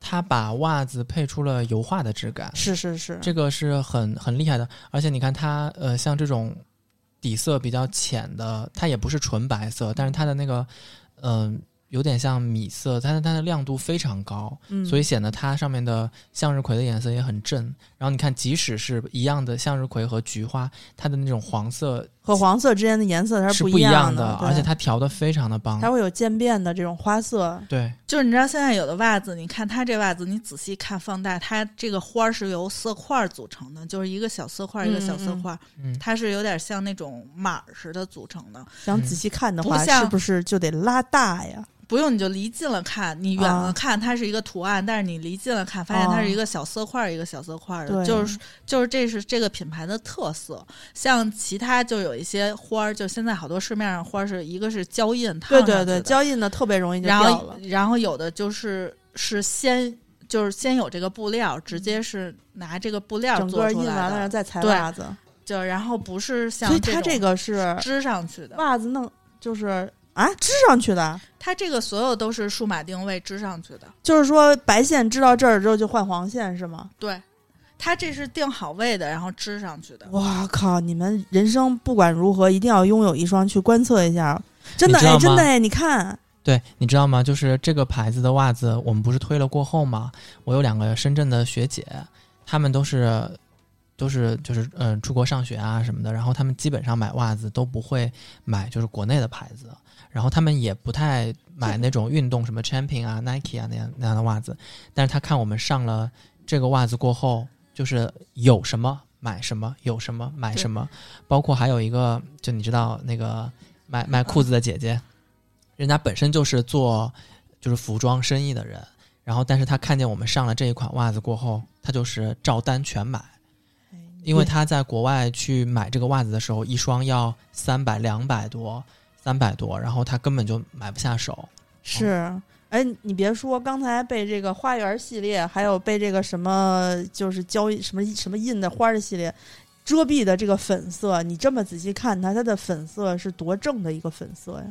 Speaker 4: 它把袜子配出了油画的质感，
Speaker 2: 是是是，
Speaker 4: 这个是很很厉害的。而且你看它，呃，像这种底色比较浅的，它也不是纯白色，但是它的那个，嗯、有点像米色，但是它的亮度非常高，
Speaker 2: 嗯
Speaker 4: 所以显得它上面的向日葵的颜色也很正。然后你看，即使是一样的向日葵和菊花，它的那种黄色
Speaker 2: 和黄色之间的颜色它
Speaker 4: 是
Speaker 2: 不
Speaker 4: 一
Speaker 2: 样
Speaker 4: 的，
Speaker 2: 对
Speaker 4: 而且它调的非常的棒。
Speaker 2: 它会有渐变的这种花色，
Speaker 4: 对，
Speaker 3: 就是你知道现在有的袜子，你看它这袜子，你仔细看放大，它这个花儿是由色块儿组成的，就是一个小色块儿一个小色块儿，
Speaker 4: 嗯，
Speaker 3: 它是有点像那种码儿似的组成的。
Speaker 2: 想
Speaker 4: 嗯
Speaker 2: 仔细看的
Speaker 3: 不
Speaker 2: 话，
Speaker 3: 像
Speaker 2: 是不是就得拉大呀？
Speaker 3: 不用你就离近了看，你远了
Speaker 2: 啊
Speaker 3: 看它是一个图案，但是你离近了看，发现它是一个小色块儿一个小色块儿的，
Speaker 2: 哦对
Speaker 3: 就是就是这是这个品牌的特色。像其他就有一些花儿，就现在好多市面上花儿是一个是胶印烫
Speaker 2: 对
Speaker 3: 上去
Speaker 2: 对对，
Speaker 3: 的
Speaker 2: 胶印的特别容易就
Speaker 3: 然
Speaker 2: 掉
Speaker 3: 后
Speaker 2: 了，
Speaker 3: 然后有的就是是先。就是先有这个布料，直接是拿这个布料
Speaker 2: 整
Speaker 3: 做
Speaker 2: 个
Speaker 3: 出
Speaker 2: 印完了，然
Speaker 3: 来
Speaker 2: 后
Speaker 3: 的，
Speaker 2: 再裁
Speaker 3: 对
Speaker 2: 袜子。
Speaker 3: 就然后不是像
Speaker 2: 所以它这
Speaker 3: 这种
Speaker 2: 个是
Speaker 3: 织上去的，
Speaker 2: 袜子弄，就是啊织上去的，
Speaker 3: 它这个所有都是数码定位织上去的。
Speaker 2: 就是说白线织到这儿之后就换黄线是吗？
Speaker 3: 对，它这是定好位的，然后织上去的。
Speaker 2: 哇靠！你们人生不管如何一定要拥有一双去观测一下，真的
Speaker 4: 你知
Speaker 2: 哎，
Speaker 4: 道吗
Speaker 2: 真
Speaker 4: 哦
Speaker 2: 的哎，你看
Speaker 4: 对，你知道吗？就是这个牌子的袜子，我们不是推了过后吗？我有两个深圳的学姐，她们都是都是就是嗯、呃出国上学啊什么的，然后她们基本上买袜子都不会买就是国内的牌子，然后她们也不太买那种运动什么 Champion 啊、Nike 啊那样那样的袜子，但是她看我们上了这个袜子过后，就是有什么买什么，有什么买什么，包括还有一个就你知道那个卖卖裤子的姐姐。人家本身就是做就是服装生意的人，然后但是他看见我们上了这一款袜子过后，他就是照单全买，因为他在国外去买这个袜子的时候，一双要三百两百多。三百多，然后他根本就买不下手。
Speaker 2: 是。哎，你别说，刚才被这个花园系列，还有被这个什么就是交易什么什么印的花儿的系列遮蔽的这个粉色，你这么仔细看它，它的粉色是多正的一个粉色呀！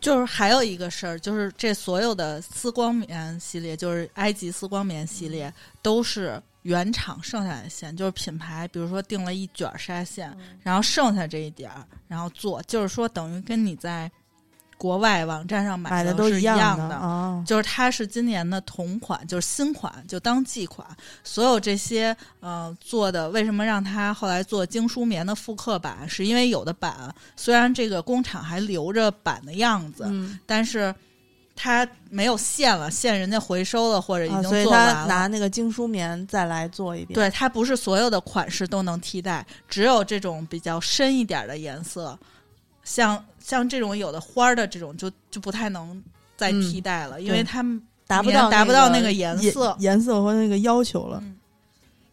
Speaker 3: 就是还有一个事儿，就是这所有的丝光棉系列，就是埃及丝光棉系
Speaker 2: 嗯
Speaker 3: 列，都是原厂剩下的线，就是品牌，比如说定了一卷纱线，
Speaker 2: 嗯
Speaker 3: 然后剩下这一点儿，然后做，就是说等于跟你在国外网站上买
Speaker 2: 买的
Speaker 3: 的
Speaker 2: 都
Speaker 3: 是一
Speaker 2: 样
Speaker 3: 样的。
Speaker 2: 啊。
Speaker 3: 就是它是今年的同款，就是新款，就当季款。所有这些呃做的，为什么让它后来做精梳棉的复刻版？是因为有的版虽然这个工厂还留着版的样子，
Speaker 2: 嗯，
Speaker 3: 但是它没有线了，线人家回收了或者已
Speaker 2: 啊
Speaker 3: 经
Speaker 2: 所以
Speaker 3: 做完
Speaker 2: 他
Speaker 3: 了。
Speaker 2: 拿那个精梳棉再来做一遍。
Speaker 3: 对，它不是所有的款式都能替代，只有这种比较深一点的颜色，像像这种有的花儿的这种就就不太能再
Speaker 2: 嗯
Speaker 3: 替代了，因为
Speaker 2: 对
Speaker 3: 它们
Speaker 2: 达不
Speaker 3: 你也
Speaker 2: 到
Speaker 3: 达不到那
Speaker 2: 个
Speaker 3: 个颜色
Speaker 2: 颜色和那个要求了。
Speaker 3: 嗯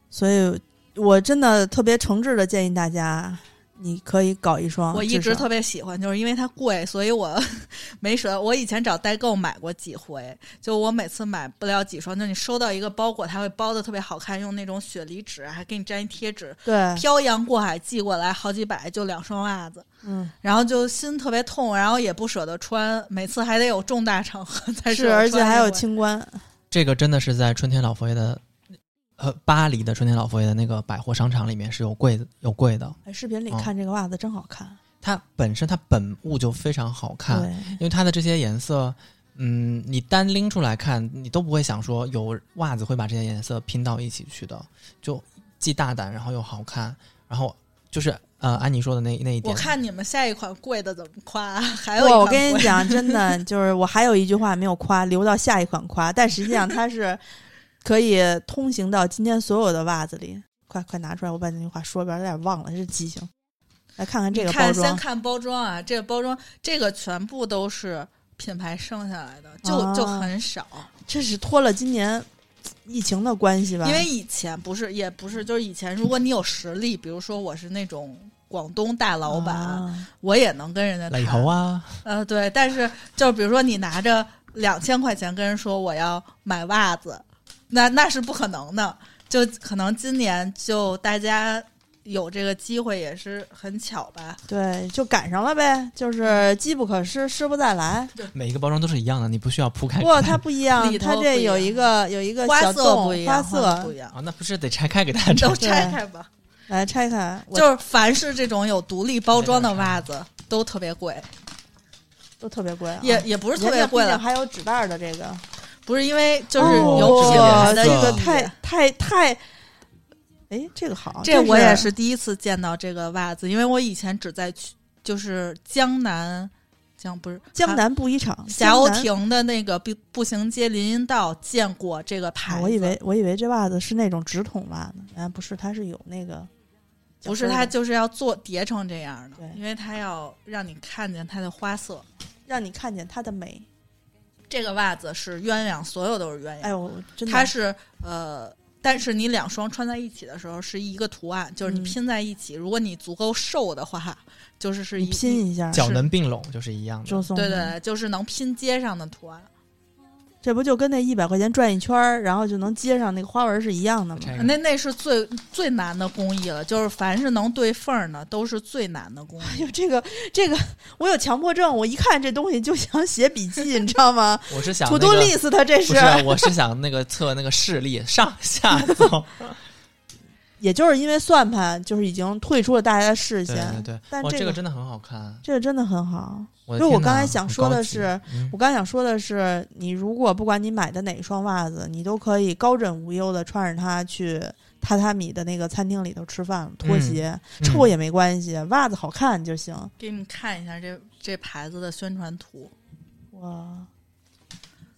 Speaker 2: 所以，我真的特别诚挚的建议大家，你可以搞一双。
Speaker 3: 我一直
Speaker 2: 啊至少
Speaker 3: 特别喜欢，就是因为它贵，所以我 没舍得。我以前找代购买过几回，就我每次买不了几双，就你收到一个包裹，它会包的特别好看，用那种雪梨纸，还给你粘一贴纸，
Speaker 2: 对，
Speaker 3: 漂洋过海寄过来好几百，就两双袜子，
Speaker 2: 嗯，
Speaker 3: 然后就心特别痛，然后也不舍得穿，每次还得有重大场合 才舍
Speaker 2: 是，
Speaker 3: 得
Speaker 2: 而且
Speaker 3: 穿嗯
Speaker 2: 还
Speaker 3: 一
Speaker 2: 有
Speaker 3: 回
Speaker 2: 清关，
Speaker 4: 这个真的是在春天老佛爷的，呃，巴黎的春天老佛爷的那个百货商场里面是有柜子有柜的。
Speaker 2: 哎视频里
Speaker 4: 哦
Speaker 2: 看这个袜子真好看。
Speaker 4: 它本身它本物就非常好看，
Speaker 2: 对，
Speaker 4: 因为它的这些颜色，嗯，你单拎出来看，你都不会想说有袜子会把这些颜色拼到一起去的，就既大胆，然后又好看，然后就是呃，安妮说的那那一
Speaker 3: 我
Speaker 4: 点，
Speaker 3: 看你们下一款贵的怎么夸、还有一
Speaker 2: 我我
Speaker 3: 款
Speaker 2: 跟你
Speaker 3: 贵
Speaker 2: 讲，真的就是我还有一句话没有夸，留到下一款夸，但实际上它是可以通行到今天所有的袜子里。快快拿出来，我把那句话说一遍，有点忘了，这是记性。来看看这个包
Speaker 3: 看
Speaker 2: 装
Speaker 3: 先，看包装啊，这个包装这个全部都是品牌剩下来的，就、
Speaker 2: 啊
Speaker 3: 就很少。
Speaker 2: 这是托了今年疫情的关系吧？
Speaker 3: 因为以前不是，也不是，就是以前，如果你有实力，比如说我是那种广东大老板，
Speaker 2: 啊
Speaker 3: 我也能跟人家
Speaker 4: 磊
Speaker 3: 谈。
Speaker 4: 猴啊，
Speaker 3: 呃，对，但是就比如说你拿着两千块钱跟人说我要买袜子，那那是不可能的。就可能今年就大家有这个机会也是很巧吧。
Speaker 2: 对，就赶上了呗，
Speaker 3: 嗯
Speaker 2: 就是机不可失，失不再来。
Speaker 4: 每一个包装都是一样的，你不需要铺开
Speaker 2: 不
Speaker 4: 看。
Speaker 2: 过它不一样，
Speaker 3: 哎里头
Speaker 2: 它
Speaker 3: 不
Speaker 2: 这
Speaker 3: 一
Speaker 2: 有
Speaker 3: 样
Speaker 2: 一个有一个
Speaker 3: 花
Speaker 2: 小
Speaker 3: 色
Speaker 2: 洞
Speaker 3: 不一
Speaker 2: 花
Speaker 3: 样，
Speaker 2: 色
Speaker 3: 不一样，
Speaker 4: 啊，那不是得拆开给大家找
Speaker 3: 都拆开吧。
Speaker 2: 来拆开，我
Speaker 3: 就是凡是这种有独立包装的袜子都特别贵，
Speaker 2: 都特别贵、啊，
Speaker 3: 也也不是特
Speaker 2: 人
Speaker 3: 别
Speaker 2: 家
Speaker 3: 贵
Speaker 2: 毕竟
Speaker 3: 了，
Speaker 2: 还有纸袋儿的这个，
Speaker 3: 不是因为就是
Speaker 4: 哦
Speaker 3: 有品牌的
Speaker 2: 这
Speaker 4: 这
Speaker 2: 个
Speaker 4: 个
Speaker 2: 呃太太太，哎，这个好，
Speaker 3: 这我
Speaker 2: 是
Speaker 3: 也是第一次见到这个袜子，因为我以前只在去就是江南江不是
Speaker 2: 江。南布衣厂，
Speaker 3: 霞欧
Speaker 2: 江南
Speaker 3: 亭的那个步步行街林荫道见过这个牌
Speaker 2: 啊
Speaker 3: 子，
Speaker 2: 我以为我以为这袜子是那种直筒袜呢，啊，不是，它是有那个，
Speaker 3: 不是，它
Speaker 2: 它
Speaker 3: 就是要做叠成这样的
Speaker 2: 对，
Speaker 3: 因为它要让你看见它的花色。
Speaker 2: 让你看见它的美。
Speaker 3: 这个袜子是鸳鸯，所有都是鸳鸯
Speaker 2: 哎。呦，我真的，
Speaker 3: 它是呃，但是你两双穿在一起的时候是一个图案，就是你
Speaker 2: 嗯
Speaker 3: 拼在一起。如果你足够瘦的话，就是是
Speaker 2: 你
Speaker 3: 一
Speaker 2: 拼一下，
Speaker 4: 脚能并拢就是一样的
Speaker 2: 周。松
Speaker 3: 对
Speaker 2: 的
Speaker 3: 对，对就是能拼接上的图案。
Speaker 2: 这不就跟那一百块钱转一圈儿，然后就能接上那个花纹是一样的吗？
Speaker 4: 这个
Speaker 3: 那那是最最难的工艺了，就是凡是能对缝儿的都是最难的工 艺。
Speaker 2: 就这个这个，我有强迫症，我一看这东西就想写笔记，你知道吗？
Speaker 4: 我是想
Speaker 2: 土
Speaker 4: 那
Speaker 2: 豆
Speaker 4: 个
Speaker 2: list 它这
Speaker 4: 不
Speaker 2: 是
Speaker 4: 是，啊我是想那个测那个视力上 下走。
Speaker 2: 也就是因为算盘就是已经退出了大家的视
Speaker 4: 对
Speaker 2: 线，
Speaker 4: 对对，
Speaker 2: 但
Speaker 4: 哇，
Speaker 2: 这
Speaker 4: 这
Speaker 2: 个
Speaker 4: 个真的很好看。
Speaker 2: 这个真的很好。
Speaker 4: 我的
Speaker 2: 不是我
Speaker 4: 天哪
Speaker 2: 刚才想
Speaker 4: 很
Speaker 2: 说
Speaker 4: 高
Speaker 2: 的
Speaker 4: 级
Speaker 2: 是
Speaker 4: 嗯
Speaker 2: 我刚想说的是，你如果不管你买的哪双袜子，你都可以高枕无忧的穿着它去榻榻米的那个餐厅里头吃饭，拖鞋、臭
Speaker 4: 嗯
Speaker 2: 也没关系，袜子好看就行。
Speaker 3: 给你们看一下这这牌子的宣传图，
Speaker 2: 哇，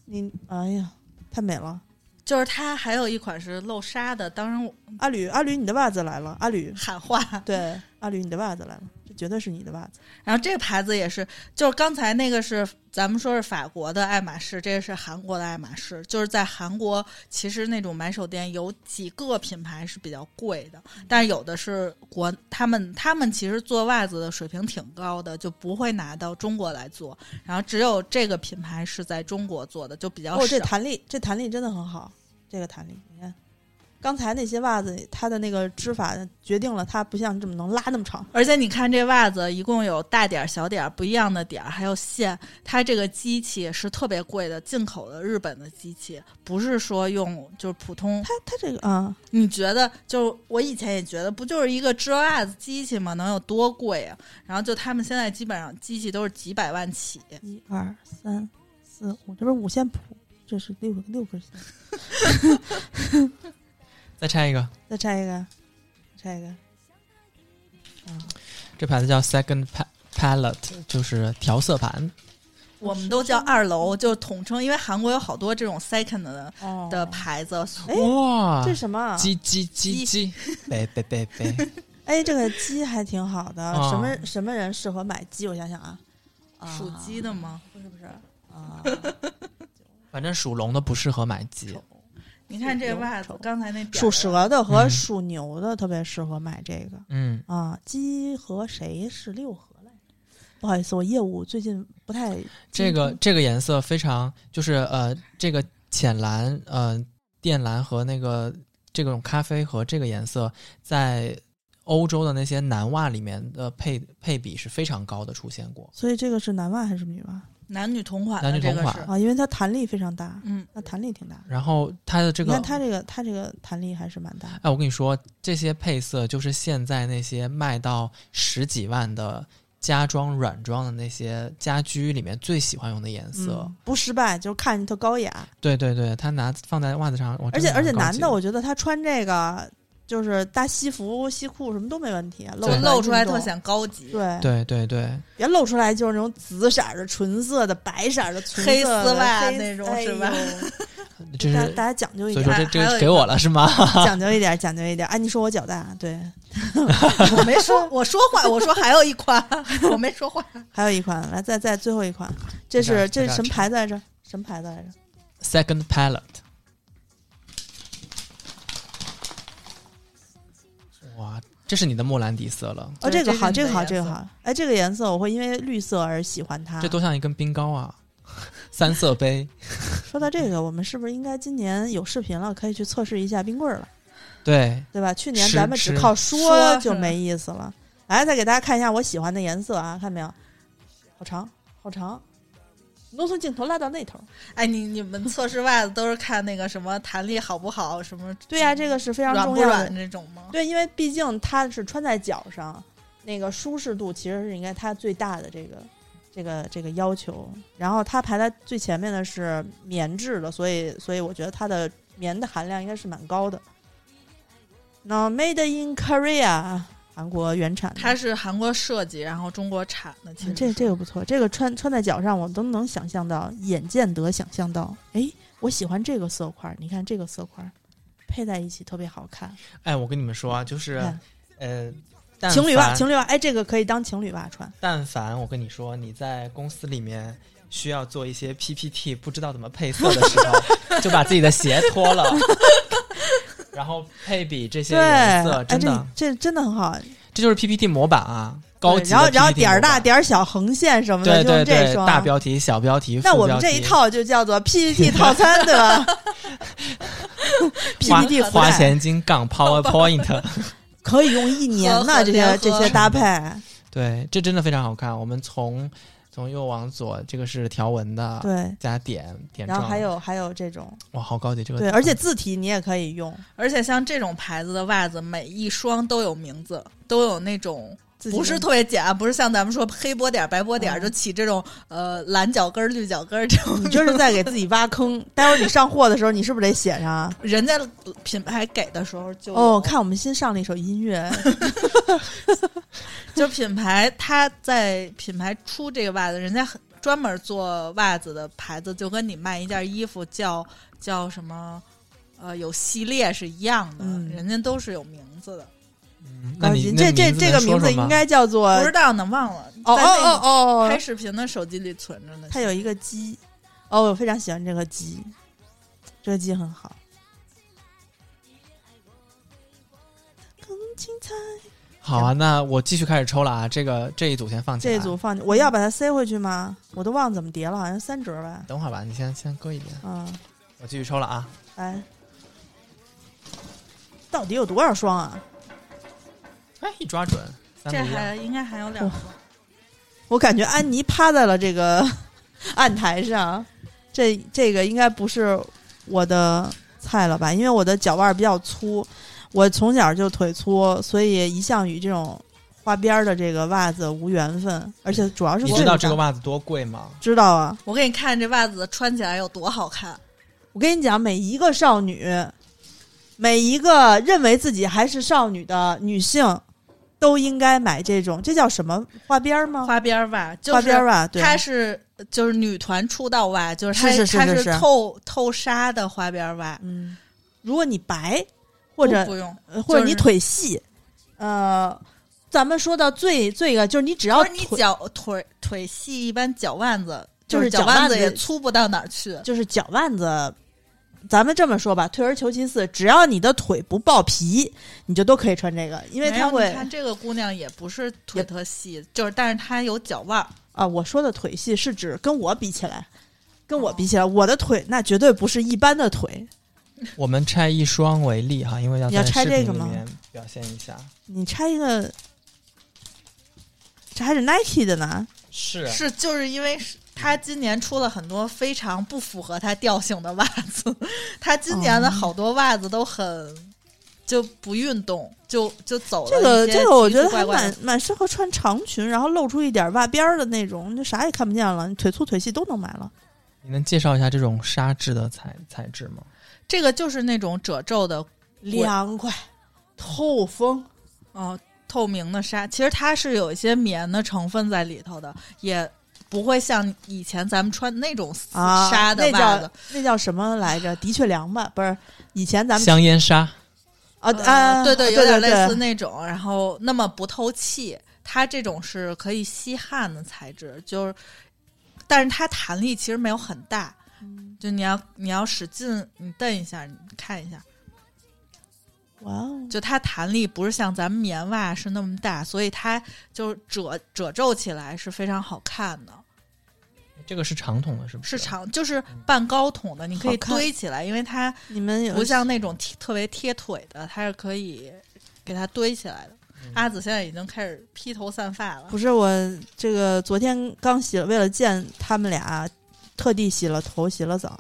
Speaker 2: 你哎呀，太美了！
Speaker 3: 就是它还有一款是漏纱的，当然我
Speaker 2: 阿吕，阿吕，你的袜子来了，阿吕，
Speaker 3: 喊话。
Speaker 2: 对，阿吕，你的袜子来了，这绝对是你的袜子。
Speaker 3: 然后这个牌子也是，就是刚才那个是咱们说是法国的爱马仕，这个是韩国的爱马仕。就是在韩国，其实那种买手店有几个品牌是比较贵的，但是有的是国他们他们其实做袜子的水平挺高的，就不会拿到中国来做。然后只有这个品牌是在中国做的，就比较
Speaker 2: 哦，
Speaker 3: 少。
Speaker 2: 这弹力，这弹力真的很好，这个弹力，你看。刚才那些袜子，它的那个织法决定了它不像这么能拉那么长，
Speaker 3: 而且你看这袜子，一共有大点儿、小点儿、不一样的点儿，还有线。它这个机器是特别贵的，进口的日本的机器，不是说用就是普通。
Speaker 2: 它它这个啊，
Speaker 3: 你觉得就我以前也觉得，不就是一个织袜子机器吗？能有多贵啊？然后就他们现在基本上机器都是几百万起，
Speaker 2: 一二三四五，这不是五线谱，这是六六根线。
Speaker 4: 再拆一个，
Speaker 2: 再拆一个，拆一个。
Speaker 4: 这牌子叫 Second Pa- Palette，就是调色盘。
Speaker 3: 我们都叫二楼，就统称，因为韩国有好多这种 second 的
Speaker 2: 哦
Speaker 3: 的牌子，
Speaker 2: 哎
Speaker 4: 哇，
Speaker 2: 这是什么？啊
Speaker 4: 鸡鸡鸡鸡，呗呗呗呗，
Speaker 2: 哎，这个鸡还挺好的。
Speaker 4: 啊
Speaker 2: 什么什么人适合买鸡？我想想啊，啊
Speaker 3: 属鸡的吗？
Speaker 2: 不是不是啊？
Speaker 4: 反正属龙的不适合买鸡
Speaker 2: 丑。
Speaker 3: 你看这袜子
Speaker 2: 丑，
Speaker 3: 刚才那点儿
Speaker 2: 属蛇的和
Speaker 4: 嗯
Speaker 2: 属牛的特别适合买这个
Speaker 4: 嗯，
Speaker 2: 啊。鸡和谁是六合来着？不好意思，我业务最近不太
Speaker 4: 这个这个颜色非常，就是呃，这个浅蓝、呃，靛蓝和那个这种咖啡和这个颜色，在欧洲的那些男袜里面的配配比是非常高的，出现过。
Speaker 2: 所以这个是男袜还是女袜
Speaker 3: 男女同款的，
Speaker 4: 男女同款
Speaker 3: 这个是，
Speaker 2: 啊？因为它弹力非常大，
Speaker 3: 嗯，
Speaker 2: 那弹力挺大的。
Speaker 4: 然后它的这
Speaker 2: 你
Speaker 4: 个
Speaker 2: 看，它这个，它这个弹力还是蛮大的。
Speaker 4: 哎，我跟你说，这些配色就是现在那些卖到十几万的家装软装的那些家居里面最喜欢用的颜色。
Speaker 2: 嗯、不失败，就是看着特高雅。
Speaker 4: 对对对，它拿放在袜子上，我
Speaker 2: 而
Speaker 4: 哦真
Speaker 2: 且
Speaker 4: 的
Speaker 2: 而且
Speaker 4: 很高
Speaker 2: 男
Speaker 4: 级
Speaker 2: 的，我觉得他穿这个就是大西服、西裤什么都没问题，露
Speaker 3: 就露出来
Speaker 2: 运动
Speaker 3: 特显高级。
Speaker 2: 对，
Speaker 4: 对对对，
Speaker 2: 别露出来就是那种紫色的、纯色的、白色的、纯
Speaker 3: 黑
Speaker 2: 色
Speaker 3: 丝
Speaker 2: 的
Speaker 3: 袜
Speaker 2: 黑
Speaker 3: 那种
Speaker 2: 哎
Speaker 3: 是吧
Speaker 2: 呦
Speaker 4: 就
Speaker 2: 大
Speaker 4: 是
Speaker 2: 大家讲究一
Speaker 4: 所以
Speaker 2: 点
Speaker 4: 说
Speaker 2: 儿，
Speaker 4: 这这
Speaker 3: 还有
Speaker 4: 个
Speaker 3: 一
Speaker 4: 给
Speaker 3: 个
Speaker 4: 我了是吗？
Speaker 2: 讲究一点儿，讲究一点儿。哎，你说我脚大，对，
Speaker 3: 我没说，我说话，我说还有一款， 我没说话。
Speaker 2: 还有一款，来再再最后一款，这
Speaker 4: 有点
Speaker 2: 是
Speaker 4: 儿
Speaker 2: 这
Speaker 4: 有点
Speaker 2: 是什
Speaker 4: 儿
Speaker 2: 么
Speaker 4: 长
Speaker 2: 牌子来着？什么牌子来着？
Speaker 4: Second Palette。哇，这是你的莫兰迪色了，
Speaker 2: 哦，
Speaker 3: 对
Speaker 2: 这个
Speaker 3: 这是
Speaker 2: 好，
Speaker 3: 你
Speaker 2: 这个
Speaker 3: 的
Speaker 2: 好，
Speaker 3: 颜
Speaker 2: 这个
Speaker 3: 色
Speaker 2: 好。哎，这个颜色我会因为绿色而喜欢它。
Speaker 4: 这多像一根冰糕啊！ 三色杯，
Speaker 2: 说到
Speaker 3: 嗯
Speaker 2: 这个，我们是不是应该今年有视频了，可以去测试一下冰棍儿了，
Speaker 4: 对，
Speaker 2: 对吧？去年
Speaker 4: 是
Speaker 2: 咱们只
Speaker 4: 是
Speaker 2: 靠
Speaker 3: 说
Speaker 2: 就没意思了。来，再给大家看一下我喜欢的颜色啊，看没有？好长，好长。挪从镜头拉到那头。
Speaker 3: 哎，你你们测试袜子都是看那个什么弹力好不好，什么
Speaker 2: 对呀、这个是非常
Speaker 3: 软
Speaker 2: 重
Speaker 3: 不
Speaker 2: 要
Speaker 3: 软
Speaker 2: 的。
Speaker 3: 这种吗？
Speaker 2: 对，因为毕竟它是穿在脚上，那个舒适度其实是应该它最大的这个这个这个要求。然后它排在最前面的是棉质的，所以所以我觉得它的棉的含量应该是蛮高的。那 Made in Korea，韩国原产的
Speaker 3: 它是韩国设计，然后中国产的。其实
Speaker 2: 嗯这
Speaker 3: 是
Speaker 2: 这个不错，这个穿穿在脚上，我都能想象到，眼见得想象到。哎，我喜欢这个色块儿，你看这个色块儿配在一起特别好看。
Speaker 4: 哎，我跟你们说啊，就是
Speaker 2: 看
Speaker 4: 呃，但
Speaker 2: 情侣袜，
Speaker 4: 凡
Speaker 2: 情侣袜，哎，这个可以当情侣袜穿。
Speaker 4: 但凡我跟你说你在公司里面需要做一些 PPT，不知道怎么配色的时 候，就把自己的鞋脱 了，然后配比这些
Speaker 2: 对，
Speaker 4: 颜色，
Speaker 2: 哎，
Speaker 4: 真的、
Speaker 2: 这这真的很好。
Speaker 4: 这就是 PPT 模板啊，高级的
Speaker 2: 然后然后
Speaker 4: PPT
Speaker 2: 点儿
Speaker 4: 模
Speaker 2: 大
Speaker 4: 板
Speaker 2: 点儿小横线什么的，
Speaker 4: 对对
Speaker 2: 就用这
Speaker 4: 对，
Speaker 2: 种
Speaker 4: 大。标题、小标题、
Speaker 2: 那
Speaker 4: 副
Speaker 2: 我们
Speaker 4: 标
Speaker 2: 这一
Speaker 4: 题
Speaker 2: 套就叫做 PPT 套餐，对吧
Speaker 4: 花
Speaker 2: ？PPT 覆
Speaker 4: 花
Speaker 2: 盖
Speaker 4: 钱金 杠 PowerPoint，
Speaker 2: 可以用一年
Speaker 3: 和和
Speaker 2: 呢，这些
Speaker 3: 联合
Speaker 2: 这些
Speaker 4: 嗯
Speaker 2: 搭配，
Speaker 4: 对，这真的非常好看。我们从从右往左，这个是条纹的，
Speaker 2: 对。
Speaker 4: 加点点
Speaker 2: 然后
Speaker 4: 状，
Speaker 2: 还有还有这种，
Speaker 4: 哇，好高级这个，
Speaker 2: 对，而且字体你也可以用，
Speaker 3: 而且像这种牌子的袜子，每一双都有名字，都有那种
Speaker 2: 字体
Speaker 3: 不是特别假，不是像咱们说黑波点儿、白波点儿、
Speaker 2: 嗯
Speaker 3: 就起这种呃蓝脚跟儿、绿脚跟儿这种。
Speaker 2: 你就是在给自己挖坑。待会儿你上货的时候，你是不是得写上啊？
Speaker 3: 人家品牌给的时候就有
Speaker 2: 哦，看我们新上了一首音乐，
Speaker 3: 就品牌，它在品牌出这个袜子，人家很专门做袜子的牌子，就跟你卖一件衣服叫叫什么，呃，有系列是一样的，
Speaker 2: 嗯
Speaker 3: 人家都是有名字的。
Speaker 4: 嗯那
Speaker 2: 高
Speaker 4: 你
Speaker 2: 级。这这这个名
Speaker 4: 字能
Speaker 2: 字
Speaker 4: 说说吗
Speaker 2: 应该叫做
Speaker 3: 不知道呢，忘了。
Speaker 2: 呃哦
Speaker 3: 在那
Speaker 2: 哦
Speaker 3: 个
Speaker 2: 哦
Speaker 3: 拍
Speaker 2: 哦，
Speaker 3: 视频的手机里存着呢。
Speaker 2: 它有一个鸡，哦，我非常喜欢这个鸡，这个鸡很好。更精彩。
Speaker 4: 好啊。那我继续开始抽了啊，这个这一组先放起
Speaker 2: 这
Speaker 4: 来，啊
Speaker 2: 一组放，我要把它塞回去吗？我都忘怎么叠了，好像三折吧。
Speaker 4: 等会儿吧，你先先搁一边，
Speaker 2: 嗯，
Speaker 4: 我继续抽了啊。
Speaker 2: 来，到底有多少双啊？
Speaker 4: 哎，一抓准，三
Speaker 3: 这
Speaker 4: 个一啊样。
Speaker 3: 还应该
Speaker 2: 哦
Speaker 3: 还有两个。
Speaker 2: 我感觉安妮趴在了这个 案台上，这这个应该不是我的菜了吧？因为我的脚腕儿比较粗，我从小就腿粗，所以一向与这种花边儿的这个袜子无缘分，而且主要是
Speaker 4: 你
Speaker 2: 岁
Speaker 4: 知
Speaker 2: 数
Speaker 4: 道这个
Speaker 2: 大
Speaker 4: 袜子多贵吗？
Speaker 2: 知道啊。
Speaker 3: 我给你看这袜子穿起来有多好看，
Speaker 2: 我跟你讲，每一个少女，每一个认为自己还是少女的女性，都应该买这种，这叫什么花边儿吗？
Speaker 3: 花边袜
Speaker 2: 哦
Speaker 3: 就是
Speaker 2: 花边儿袜，对，
Speaker 3: 它是就是女团出道袜，就是它
Speaker 2: 是是是
Speaker 3: 它
Speaker 2: 是是
Speaker 3: 透透纱的花边袜，
Speaker 2: 嗯，如果你白或者
Speaker 3: 不不用，
Speaker 2: 呃或者
Speaker 3: 就是
Speaker 2: 你腿细，呃，咱们说到最最一个就是你只要
Speaker 3: 不是你
Speaker 2: 腿
Speaker 3: 脚腿腿细，一般脚腕子
Speaker 2: 就是
Speaker 3: 是脚
Speaker 2: 脚腕
Speaker 3: 子
Speaker 2: 子
Speaker 3: 也粗不到哪儿去。
Speaker 2: 就是脚腕子，咱们这么说吧，退而求其次，只要你的腿不爆皮，你就都可以穿这个，因为
Speaker 3: 没
Speaker 2: 它
Speaker 3: 有
Speaker 2: 会
Speaker 3: 你看这个姑娘也不是腿特细，就是但是她有脚腕儿，
Speaker 2: 啊，我说的腿细是指跟我比起来。跟
Speaker 3: 哦
Speaker 2: 我比起来，我的腿那绝对不是一般的腿。
Speaker 4: 我们拆一双为例哈，因为要
Speaker 2: 你要
Speaker 4: 在
Speaker 2: 拆
Speaker 4: 视
Speaker 2: 这
Speaker 4: 频
Speaker 2: 个
Speaker 4: 里
Speaker 2: 吗
Speaker 4: 面表现一下。
Speaker 2: 你拆一个，这还是 Nike 的呢。
Speaker 4: 是
Speaker 3: 是就是因为是她今年出了很多非常不符合她调性的袜子，她今年
Speaker 2: 哦
Speaker 3: 的好多袜子都很。就不运动，就就走了
Speaker 2: 这个
Speaker 3: 一些
Speaker 2: 这个，我
Speaker 3: 奇
Speaker 2: 觉得
Speaker 3: 奇怪
Speaker 2: 还
Speaker 3: 怪
Speaker 2: 蛮
Speaker 3: 的
Speaker 2: 蛮适合穿长裙，然后露出一点袜边儿的那种，就啥也看不见了，你腿粗腿细都能买了。
Speaker 4: 你能介绍一下这种纱质的材材质吗？
Speaker 3: 这个就是那种褶皱的，
Speaker 2: 凉快，透风，
Speaker 3: 哦、透明的纱。其实它是有一些棉的成分在里头的，也不会像以前咱们穿那种丝
Speaker 2: 啊
Speaker 3: 纱的
Speaker 2: 那叫
Speaker 3: 袜子，
Speaker 2: 那叫什么来着？的确凉吧？不是，以前咱们
Speaker 4: 香烟纱，
Speaker 2: 啊
Speaker 3: 呃
Speaker 2: 啊，
Speaker 3: 对对，有
Speaker 2: 对
Speaker 3: 点
Speaker 2: 对
Speaker 3: 类似那种，然后那么不透气。它这种是可以吸汗的材质，就是，但是它弹力其实没有很大，就你要你要使劲，你蹬一下，你看一下，
Speaker 2: 哇哦，
Speaker 3: 就它弹力不是像咱们棉袜是那么大，所以它就褶褶皱起来是非常好看的，
Speaker 4: 这个是长筒的，是不
Speaker 3: 是
Speaker 4: 是？
Speaker 3: 长就是半高筒的，你可以
Speaker 2: 好看
Speaker 3: 堆起来，因为它
Speaker 2: 你们有
Speaker 3: 不像那种贴特别贴腿的，它是可以给它堆起来的。阿紫现在已经开始披头散发了，
Speaker 2: 嗯不是我这个昨天刚洗了，为了见他们俩，特地洗了头，洗了澡，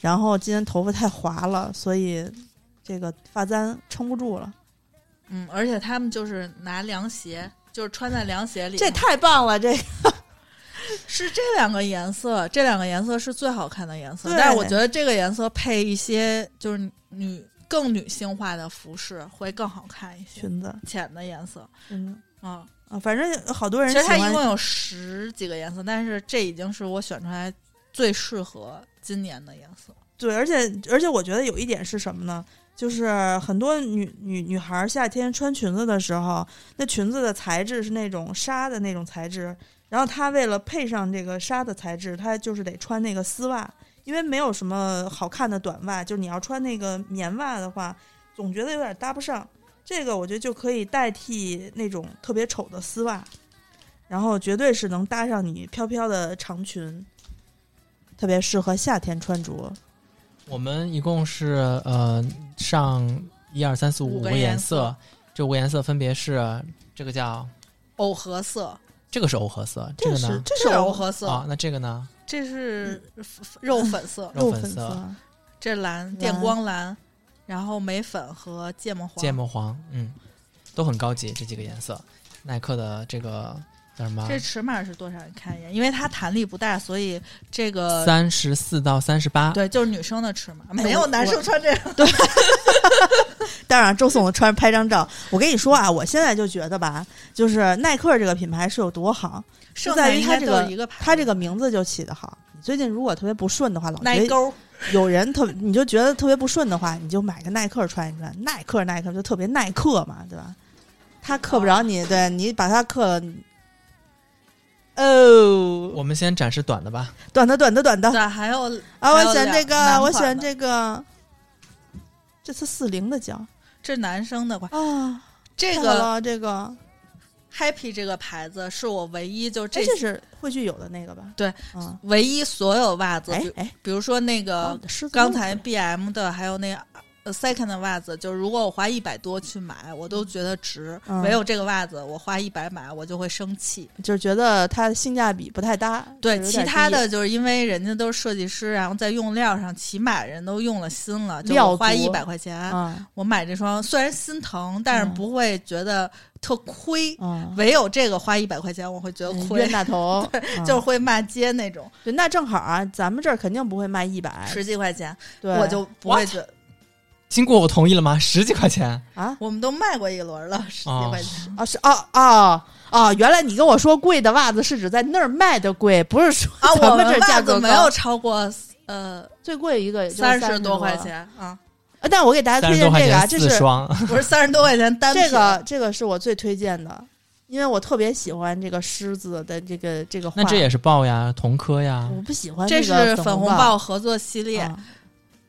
Speaker 2: 然后今天头发太滑了，所以这个发簪撑不住了。
Speaker 3: 嗯，而且他们就是拿凉鞋，就是穿在凉鞋里，
Speaker 2: 这太棒了，这个
Speaker 3: 是这两个颜色，这两个颜色是最好看的颜色。
Speaker 2: 对
Speaker 3: 但是我觉得这个颜色配一些就是女更女性化的服饰会更好看一些，
Speaker 2: 裙子，
Speaker 3: 浅的颜色
Speaker 2: 裙子
Speaker 3: 啊。
Speaker 2: 啊，反正好多人
Speaker 3: 其
Speaker 2: 喜
Speaker 3: 实它
Speaker 2: 欢
Speaker 3: 一共有十几个颜色，但是这已经是我选出来最适合今年的颜色。
Speaker 2: 对，而且而且我觉得有一点是什么呢？就是很多女女女孩儿夏天穿裙子的时候，那裙子的材质是那种纱的那种材质，然后她为了配上这个纱的材质，她就是得穿那个丝袜，因为没有什么好看的短袜，就是你要穿那个棉袜的话，总觉得有点搭不上。这个我觉得就可以代替那种特别丑的丝袜，然后绝对是能搭上你飘飘的长裙，特别适合夏天穿着。
Speaker 4: 我们一共是呃上一二三四
Speaker 3: 五
Speaker 4: 五
Speaker 3: 个
Speaker 4: 个
Speaker 3: 颜
Speaker 4: 颜
Speaker 3: 色
Speaker 4: 色，这五个颜色分别是这个叫
Speaker 3: 藕荷色，
Speaker 4: 这个是藕荷色，
Speaker 2: 这
Speaker 4: 个
Speaker 2: 是
Speaker 4: 呢
Speaker 2: 这
Speaker 3: 是藕
Speaker 2: 藕嗯
Speaker 3: 荷色，
Speaker 4: 啊，那这个呢
Speaker 3: 这是肉 粉色，
Speaker 4: 肉
Speaker 2: 粉
Speaker 4: 粉
Speaker 2: 色，
Speaker 3: 这是蓝电光蓝，然后眉粉和芥末黄。
Speaker 4: 芥末黄，嗯，都很高级这几个颜色。耐克的这个叫什么？
Speaker 3: 这尺码是多少？你看一眼，因为它弹力不大，所以这个
Speaker 4: 三十四到三十八，
Speaker 3: 对就是女生的尺码，没
Speaker 2: 哎我
Speaker 3: 有男生穿这个。
Speaker 2: 当然，周总穿拍张照。我跟你说啊，我现在就觉得吧，就是耐克这个品牌是有多好，就
Speaker 3: 剩
Speaker 2: 在于
Speaker 3: 应
Speaker 2: 它
Speaker 3: 该
Speaker 2: 这
Speaker 3: 都有
Speaker 2: 个
Speaker 3: 一个牌子，
Speaker 2: 它这个名字就起得好。你最近如果特别不顺的话，老觉
Speaker 3: 奶
Speaker 2: 得
Speaker 3: 沟
Speaker 2: 有人特别，你就觉得特别不顺的话，你就买个耐克穿一穿，耐克耐克就特别耐克嘛，对吧？他克不着你，对你把他克了，你哦，
Speaker 4: 我们先展示短的吧。
Speaker 2: 短的短的短的
Speaker 3: 对，还有
Speaker 2: 啊！
Speaker 3: 还有
Speaker 2: 我选这
Speaker 3: 两男
Speaker 2: 个，
Speaker 3: 款
Speaker 2: 我
Speaker 3: 的
Speaker 2: 选这个，这是四零的脚
Speaker 3: 这是男生的款，
Speaker 2: 啊，
Speaker 3: 这
Speaker 2: 太好
Speaker 3: 个
Speaker 2: 了这个，哎
Speaker 3: Happy 这个牌子是我唯一就
Speaker 2: 哎这
Speaker 3: 这
Speaker 2: 这是汇聚有的那个吧？
Speaker 3: 对，
Speaker 2: 嗯，
Speaker 3: 唯一所有袜子，
Speaker 2: 哎
Speaker 3: 比
Speaker 2: 哎，
Speaker 3: 比如说那
Speaker 2: 把
Speaker 3: 个
Speaker 2: 我的狮子
Speaker 3: 呃刚
Speaker 2: 弄出
Speaker 3: 才
Speaker 2: 来
Speaker 3: B M 的，还有那呃 Second 的袜子，就是如果我花一百多去买，我都觉得值。
Speaker 2: 嗯
Speaker 3: 唯有这个袜子，我花一百买，我就会生气。
Speaker 2: 就是觉得它的性价比不太搭，
Speaker 3: 对，
Speaker 2: 就有
Speaker 3: 其
Speaker 2: 点
Speaker 3: 他
Speaker 2: 低
Speaker 3: 的就是因为人家都是设计师，然后在用料上，起码人都用了心了，就
Speaker 2: 料
Speaker 3: 我花
Speaker 2: 足
Speaker 3: 一百块钱，
Speaker 2: 啊
Speaker 3: 我买这双虽然心疼，但是
Speaker 2: 嗯
Speaker 3: 不会觉得特亏。
Speaker 2: 啊，
Speaker 3: 唯有这个花一百块钱，我会觉得
Speaker 2: 嗯
Speaker 3: 亏
Speaker 2: 冤，大头，
Speaker 3: 就是
Speaker 2: 是
Speaker 3: 会骂街那种。
Speaker 2: 对，那正好啊，咱们这儿肯定不会卖一百，
Speaker 3: 十几块钱，
Speaker 2: 对，
Speaker 3: 我就不会
Speaker 4: What？
Speaker 3: 觉得。
Speaker 4: 经过我同意了吗？十几块钱，
Speaker 2: 啊
Speaker 3: 我们都卖过一轮了，十几块钱。
Speaker 2: 啊是啊啊啊！原来你跟我说贵的袜子是指在那儿卖的贵，不是说
Speaker 3: 啊，
Speaker 2: 咱
Speaker 3: 我
Speaker 2: 们这儿
Speaker 3: 袜
Speaker 2: 价
Speaker 3: 子
Speaker 2: 格
Speaker 3: 没有
Speaker 2: 高，
Speaker 3: 超过呃
Speaker 2: 最贵一个
Speaker 3: 三
Speaker 2: 十
Speaker 3: 十多块。钱 啊，
Speaker 2: 啊但我给大家
Speaker 4: 三
Speaker 2: 推
Speaker 4: 十
Speaker 2: 荐
Speaker 4: 多块
Speaker 2: 这个啊，
Speaker 4: 钱
Speaker 2: 这
Speaker 4: 四
Speaker 2: 是
Speaker 4: 双，
Speaker 3: 不是三十多块钱单品
Speaker 2: 这个这个是我最推荐的，因为我特别喜欢这个狮子的这个这个画。
Speaker 4: 那这也是豹呀，同科呀，
Speaker 2: 我不喜欢
Speaker 3: 这
Speaker 2: 那个
Speaker 3: 是粉
Speaker 2: 红
Speaker 3: 红豹合作系列。
Speaker 2: 啊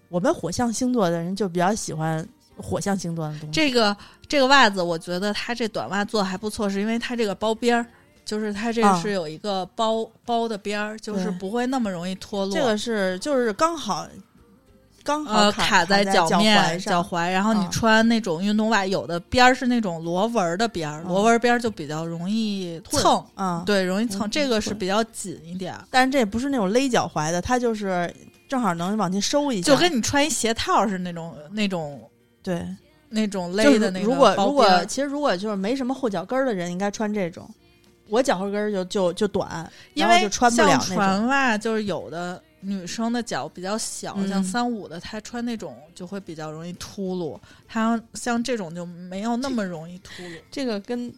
Speaker 2: 我们火象星座的人就比较喜欢火象星座的东西。
Speaker 3: 这个这个袜子，我觉得它这短袜做的还不错，是因为它这个包边儿，就是它这个
Speaker 2: 啊
Speaker 3: 是有一个包、包的边儿，就是
Speaker 2: 对
Speaker 3: 不会那么容易脱落。
Speaker 2: 这个是就是刚好刚好
Speaker 3: 呃，
Speaker 2: 卡
Speaker 3: 在
Speaker 2: 脚
Speaker 3: 面、
Speaker 2: 踝
Speaker 3: 脚
Speaker 2: 上，
Speaker 3: 踝，然后你
Speaker 2: 嗯
Speaker 3: 穿那种运动袜，有的边儿是那种螺纹儿的边儿，
Speaker 2: 嗯
Speaker 3: 螺纹儿边儿就比较容易
Speaker 2: 退
Speaker 3: 蹭，
Speaker 2: 啊，
Speaker 3: 对，容易蹭。
Speaker 2: 嗯
Speaker 3: 这个是
Speaker 2: 对
Speaker 3: 比较紧一点儿，
Speaker 2: 但是这也不是那种勒脚踝的，它就是正好能往进收一下，
Speaker 3: 就跟你穿一鞋套儿是那种那种
Speaker 2: 对
Speaker 3: 那种
Speaker 2: 就
Speaker 3: 勒
Speaker 2: 是
Speaker 3: 的那个
Speaker 2: 如果
Speaker 3: 包
Speaker 2: 如果
Speaker 3: 边
Speaker 2: 其实如果就是没什么后脚跟儿的人，应该穿这种。我脚后跟儿就就就短，
Speaker 3: 因
Speaker 2: 然后
Speaker 3: 为
Speaker 2: 就穿不了
Speaker 3: 像
Speaker 2: 那种。
Speaker 3: 船袜就是有的女生的脚比较小，
Speaker 2: 嗯
Speaker 3: 像三五的，她穿那种就会比较容易秃噜，她像这种就没有那么容易秃噜，
Speaker 2: 这个跟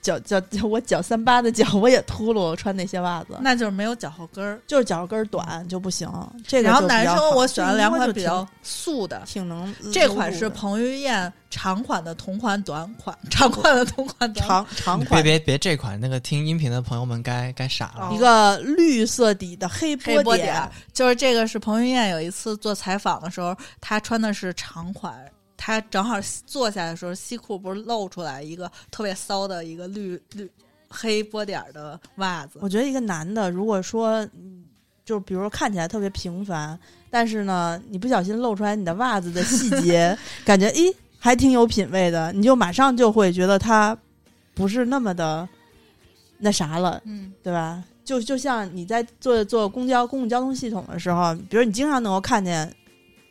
Speaker 2: 脚脚 我脚三八的脚我也秃噜，穿那些袜子，
Speaker 3: 那就是没有脚后跟儿。
Speaker 2: 就是脚后跟儿短就不行。这个
Speaker 3: 然后
Speaker 2: 就比
Speaker 3: 男
Speaker 2: 较
Speaker 3: 生
Speaker 2: 好
Speaker 3: 我选了
Speaker 2: 这
Speaker 3: 两
Speaker 2: 应该
Speaker 3: 款
Speaker 2: 就
Speaker 3: 比较素的。
Speaker 2: 挺挺能撸，
Speaker 3: 这款是
Speaker 2: 撸的
Speaker 3: 彭于晏长款的同款短款，长款的同款短款，
Speaker 2: 长长
Speaker 4: 你别
Speaker 2: 款，
Speaker 4: 别别这款，那个听音频的朋友们该该傻了。
Speaker 3: 哦
Speaker 2: 一个绿色底的黑
Speaker 3: 黑波
Speaker 2: 点
Speaker 3: 点，就是这个是彭于晏有一次做采访的时候，他穿的是长款，他正好坐下的时候，西裤不是露出来一个特别骚的一个绿绿黑波点儿的袜子，
Speaker 2: 我觉得一个男的，如果说，嗯就比如说看起来特别平凡，但是呢，你不小心露出来你的袜子的细节，感觉咦还挺有品味的，你就马上就会觉得他不是那么的那啥了，
Speaker 3: 嗯，
Speaker 2: 对吧？就就像你在坐坐公交公共交通系统的时候，比如你经常能够看见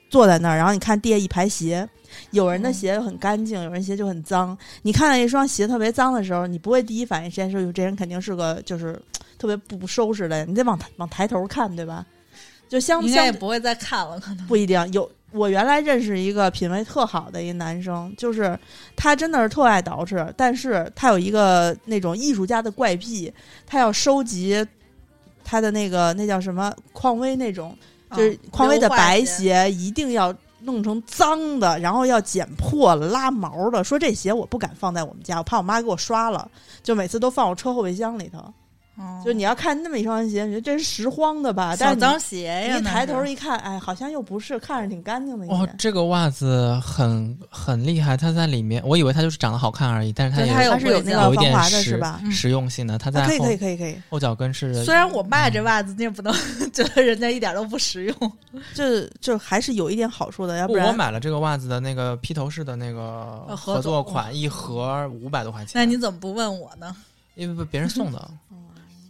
Speaker 2: 坐在那儿，然后你看地下一排鞋，有人的
Speaker 3: 嗯
Speaker 2: 鞋很干净，有人鞋就很脏。你看到一双鞋特别脏的时候，你不会第一反应先说哟，这人肯定是个就是特别不不收拾的，人，你得往往抬头看，对吧？就相
Speaker 3: 应该
Speaker 2: 相
Speaker 3: 也不会再看了，可能
Speaker 2: 不一定有。我原来认识一个品味特好的一男生，就是他真的是特爱捯饬，但是他有一个那种艺术家的怪癖，他要收集他的那个那叫什么匡威那种，
Speaker 3: 啊
Speaker 2: 就是匡威的白
Speaker 3: 鞋，
Speaker 2: 鞋一定要弄成脏的，然后要剪破了、拉毛的。说这鞋我不敢放在我们家，我怕我妈给我刷了，就每次都放我车后备箱里头。
Speaker 3: 嗯
Speaker 2: 就你要看那么一双鞋，你觉得这是拾荒的吧？但
Speaker 3: 小
Speaker 2: 是
Speaker 3: 脏
Speaker 2: 你
Speaker 3: 鞋呀，
Speaker 2: 一
Speaker 3: 那
Speaker 2: 抬
Speaker 3: 是
Speaker 2: 头一看，哎，好像又不是，看着挺干净的一
Speaker 4: 哦
Speaker 2: 件，。
Speaker 4: 这个袜子很很厉害，它在里面，我以为它就是长得好看而已，但是它
Speaker 3: 对
Speaker 4: 也
Speaker 3: 它有
Speaker 2: 它是有那个防
Speaker 4: 一点
Speaker 2: 滑的是
Speaker 4: 实
Speaker 2: 吧？
Speaker 3: 嗯
Speaker 4: 实用性的，它在
Speaker 2: 啊可以
Speaker 4: 后
Speaker 2: 可以可以可以，
Speaker 4: 后脚跟是
Speaker 3: 虽然我骂这袜子，你也不能 觉得人家一点都不实用。
Speaker 2: 就就还是有一点好处的，要
Speaker 4: 不，
Speaker 2: 不
Speaker 4: 我
Speaker 2: 然
Speaker 4: 买了这个袜子的那个披头士的那个
Speaker 3: 呃合
Speaker 4: 合作
Speaker 3: 作
Speaker 4: 款，一盒五百多块钱。
Speaker 3: 那你怎么不问我呢？
Speaker 4: 因为别人 送的，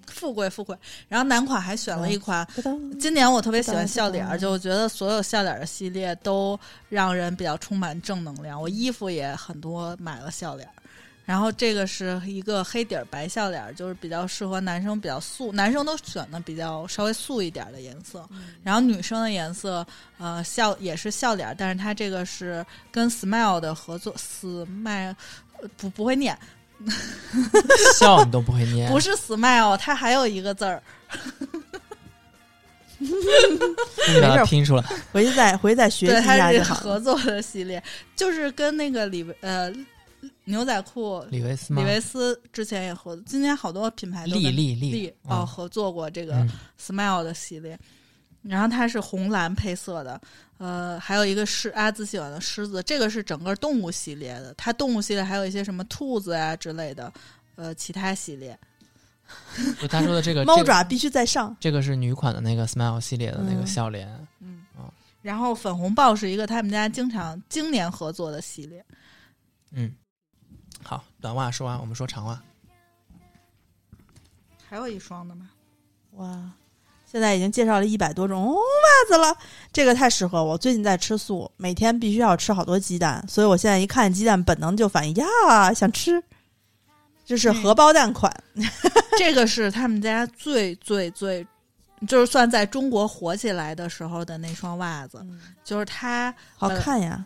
Speaker 3: 富贵富贵，然后男款还选
Speaker 2: 嗯
Speaker 3: 了一款，
Speaker 2: 咯噔
Speaker 3: 今年我特别喜欢笑脸
Speaker 2: 当
Speaker 3: 儿，
Speaker 2: 然
Speaker 3: 就我觉得所有笑脸儿的系列都让人比较充满正能量。我衣服也很多买了笑脸儿，然后这个是一个黑底儿白笑脸儿，就是比较适合男生比较素，男生都选的比较稍微素一点儿的颜色。
Speaker 2: 嗯
Speaker 3: 然后女生的颜色，呃，笑也是笑脸儿，但是它这个是跟 Smile 的合作，Smile 呃不不会念，
Speaker 4: 笑你都不会念。
Speaker 3: 不是 Smile，它还有一个字儿，
Speaker 4: 你把它拼出来，
Speaker 2: 回去再回去再学
Speaker 3: 对，
Speaker 2: 习一下
Speaker 3: 它是
Speaker 2: 就好了。
Speaker 3: 合作的系列， 就是跟那个李维呃牛仔裤
Speaker 4: 李维斯吗
Speaker 3: 李？维斯之前也合，今年好多品牌都
Speaker 4: 丽
Speaker 3: 跟
Speaker 4: 丽
Speaker 3: 丽
Speaker 4: 丽
Speaker 3: 哦
Speaker 4: 哦，
Speaker 3: 合作过这个
Speaker 4: 嗯
Speaker 3: Smile 的系列，然后它是红蓝配色的，呃，还有一个是阿紫喜欢的狮子，这个是整个动物系列的，它动物系列还有一些什么兔子呀、之类的，呃，其他系列，
Speaker 4: 就他说的 这个
Speaker 2: 猫
Speaker 4: 这个
Speaker 2: 爪必须再上，
Speaker 4: 这个是女款的那个 Smile 系列的那个
Speaker 2: 嗯
Speaker 4: 笑脸，哦
Speaker 3: 然后粉红豹是一个他们家经常经年合作的系列，
Speaker 4: 嗯。好，短袜说完，我们说长袜。
Speaker 3: 还有一双的吗？
Speaker 2: 哇！现在已经介绍了一百多种、哦、袜子了，这个太适合我。最近在吃素，每天必须要吃好多鸡蛋，所以我现在一看鸡蛋，本能就反应呀，想吃。这是荷包蛋款，
Speaker 3: 这个是他们家最最最，就是算在中国火起来的时候的那双袜子，
Speaker 2: 嗯
Speaker 3: 就是它
Speaker 2: 好看呀！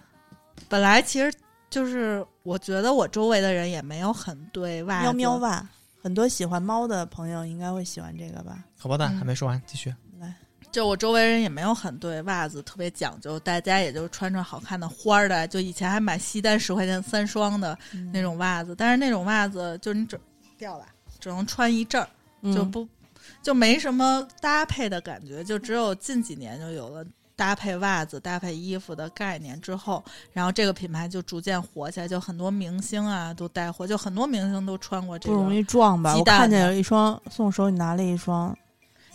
Speaker 3: 本来其实就是我觉得我周围的人也没有很对袜子
Speaker 2: 喵喵嗯袜，很多喜欢猫的朋友应该会喜欢这个吧？
Speaker 4: 荷包蛋
Speaker 3: 嗯
Speaker 4: 还没说完，继续。
Speaker 2: 来，
Speaker 3: 就我周围人也没有很对袜子特别讲究，大家也就穿穿好看的花儿的，就以前还买西单十块钱三双的那
Speaker 2: 嗯
Speaker 3: 种袜子，但是那种袜子就是你只掉了，只能穿一阵儿。
Speaker 2: 嗯
Speaker 3: 就不就没什么搭配的感觉，就只有近几年就有了搭配袜子、搭配衣服的概念之后，然后这个品牌就逐渐火起来，就很多明星啊都带货，就很多明星都穿过这
Speaker 2: 不
Speaker 3: 个，
Speaker 2: 容易撞吧？
Speaker 3: 鸡
Speaker 2: 我
Speaker 3: 蛋
Speaker 2: 看见
Speaker 3: 的
Speaker 2: 有一双送手，你拿了一 双，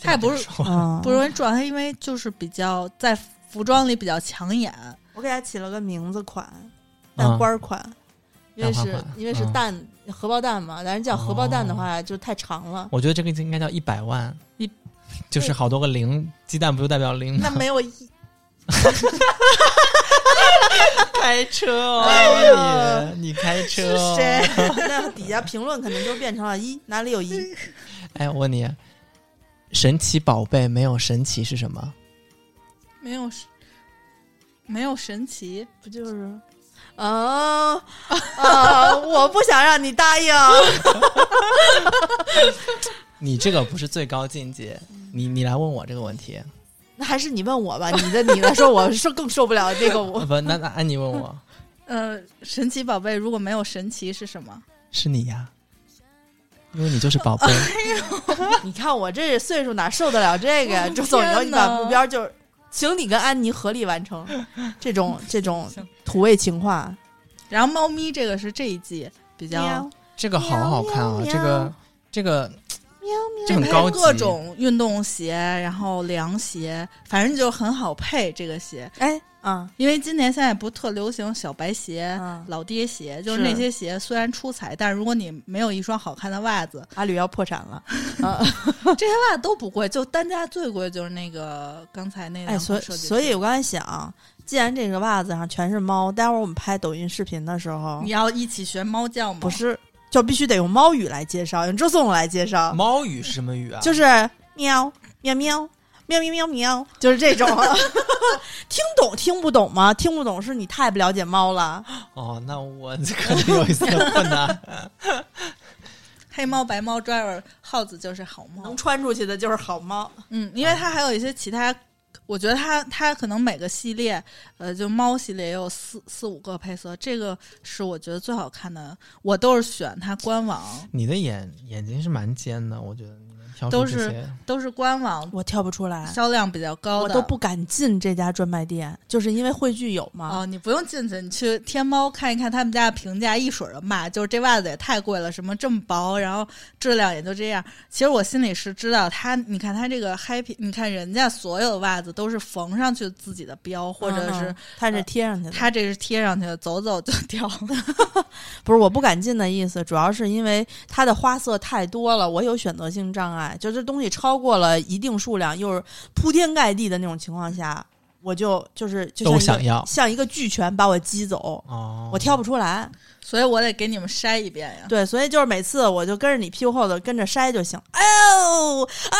Speaker 3: 它也不是
Speaker 4: 说完
Speaker 2: 嗯，
Speaker 3: 不容易撞，它因为就是比较在服装里比较抢眼，
Speaker 2: 我给它起了个名字款，
Speaker 4: 嗯
Speaker 2: 蛋花儿款，因为
Speaker 4: 蛋花
Speaker 2: 是
Speaker 4: 款
Speaker 2: 因为是
Speaker 4: 嗯
Speaker 2: 蛋、荷包蛋嘛，但是叫荷包蛋的
Speaker 3: 哦
Speaker 2: 话就太长了。
Speaker 4: 嗯我觉得这个应该叫一百万
Speaker 3: 一，
Speaker 4: 就是好多个零，鸡蛋不就代表零
Speaker 3: 那
Speaker 4: 吗？
Speaker 3: 没有 一
Speaker 4: 开车
Speaker 3: 哎
Speaker 4: 哦，你你开车哦
Speaker 2: 是谁？ 那底下评论肯定就变成了一，哪里有一？
Speaker 4: 哎，我问你，神奇宝贝没有神奇是什么？
Speaker 3: 没有没有神奇，
Speaker 2: 不 就是？啊啊！我不想让你答应。
Speaker 4: 你这个不是最高 境界，你你来问我这个问题，
Speaker 2: 那还是你问我吧，你的你来说，我是更受不了这个
Speaker 4: 呃
Speaker 2: 我。
Speaker 4: 不，那那安妮 问我，
Speaker 3: 呃，神奇宝贝如果没有神奇是什么？
Speaker 4: 是你呀，因为你就是宝贝，
Speaker 2: 哦 你看我这岁数哪受得了这个呀？周总，以后你把目标就是，请你跟安妮合力完 成这种这种土味情话。
Speaker 3: 然后猫咪这个是这一季比较。
Speaker 2: 喵
Speaker 4: 这个好好看啊，
Speaker 2: 喵喵
Speaker 4: 这个这个这很
Speaker 3: 配
Speaker 4: 高级，
Speaker 3: 哎各种运动鞋，然后凉鞋，反正就很好配这个鞋。
Speaker 2: 哎啊
Speaker 3: 因为今年现在不特流行小白鞋、
Speaker 2: 嗯
Speaker 3: 老爹鞋，就是
Speaker 2: 是，
Speaker 3: 那些鞋虽然出彩，但如果你没有一双好看的袜子
Speaker 2: 阿吕要破产了。
Speaker 3: 这些袜子都不贵，就单价最贵就是那个刚才那
Speaker 2: 哎，
Speaker 3: 两
Speaker 2: 所
Speaker 3: 款
Speaker 2: 以
Speaker 3: 设计师
Speaker 2: 所以我刚才想，既然这个袜子上全是猫，待会儿我们拍抖音视频的时候
Speaker 3: 你，要一起学猫叫吗？
Speaker 2: 不，是就必须得用猫语来介绍，用周颂来介绍，
Speaker 4: 猫语是什么语啊？
Speaker 2: 就是喵喵喵。喵喵喵喵，就是这 种， 听懂听不懂吗？听不懂是你太不了解猫了。
Speaker 4: 哦，那我可能有一些困难。
Speaker 3: 黑猫白猫 driver 耗子就是好猫
Speaker 2: 能。穿出去的就是好猫。
Speaker 3: 嗯，因为它还有一些其他，我觉得它它可能每个系列，呃，就猫系列也有四四五个配色，这个是我觉得最好看的，我都是选它官网。
Speaker 4: 你的眼眼睛是蛮尖的，我觉得你挑出
Speaker 3: 都
Speaker 4: 这
Speaker 3: 是
Speaker 4: 些
Speaker 3: 都是官网
Speaker 2: 我跳不出来，
Speaker 3: 销量比较高
Speaker 2: 我
Speaker 3: 的，
Speaker 2: 都不敢进这家专卖店，就是因为汇聚有嘛。
Speaker 3: 哦，你不用进去，你去天猫看一看他们家的评价，一水儿的骂，就是这袜子也太贵了，什么这么薄，然后质量也就这样。其实我心里是知道他，你看他这个 happy，你看人家所有的袜子都是缝上去自己的标，或者是
Speaker 2: 嗯他是贴上去的，
Speaker 3: 他这是贴上去的，走走就掉了。
Speaker 2: 不是我不敢进的意思，主要是因为它的花色太多了，我有选择性障碍，就这东西超过了一定数量，又是铺天盖地的那种情况下，我就就是就像一
Speaker 4: 都
Speaker 2: 个
Speaker 4: 想要
Speaker 2: 像一个巨拳把我击走，
Speaker 4: 哦，
Speaker 2: 我挑不出来。
Speaker 3: 所以我得给你们筛一遍呀。
Speaker 2: 对，所以就是每次我就跟着你屁股后头跟着筛就行。哎呦，哎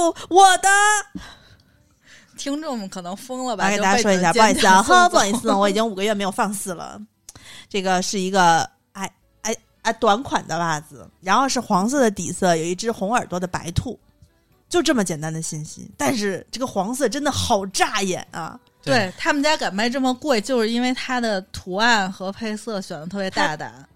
Speaker 2: 呦，我的，
Speaker 3: 听众们可能疯了
Speaker 2: 我
Speaker 3: 吧？
Speaker 2: 来给哎大家说一下，不
Speaker 3: 就
Speaker 2: 好
Speaker 3: 被
Speaker 2: 意思啊，
Speaker 3: 你 们剪掉
Speaker 2: 呵，不好意思，我已经五个月没有放肆了。这个是一个哎哎哎短款的袜子，然后是黄色的底色，有一只红耳朵的白兔，就这么简单的信息。但是这个黄色真的好扎眼啊！
Speaker 4: 对
Speaker 3: 对他们家敢卖这么贵，就是因为它的图案和配色选的特别 大胆。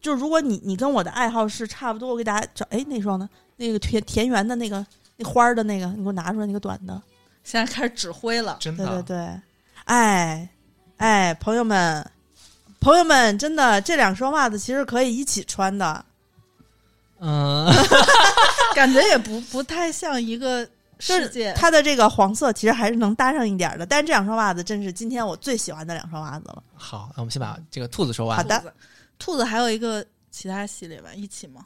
Speaker 2: 就如果你你跟我的爱好是差不多，我给大家找哎那双呢，那个田田园的那个那花儿的那个，你给我拿出来那个短的。
Speaker 3: 现在开始指挥了。
Speaker 4: 真
Speaker 2: 对对
Speaker 4: 的
Speaker 2: 对，哎哎，朋友们，朋友们，真的这两双袜子其实可以一起穿的。
Speaker 4: 嗯，
Speaker 3: 感觉也不不太像一个世界。
Speaker 2: 它的这个黄色其实还是能搭上一点儿的，但是这两双袜子真是今天我最喜欢的两双袜子了。
Speaker 4: 好，那我们先把这个兔子说完。
Speaker 2: 好的
Speaker 3: 兔子，兔子还有一个其他系列吧，一起吗？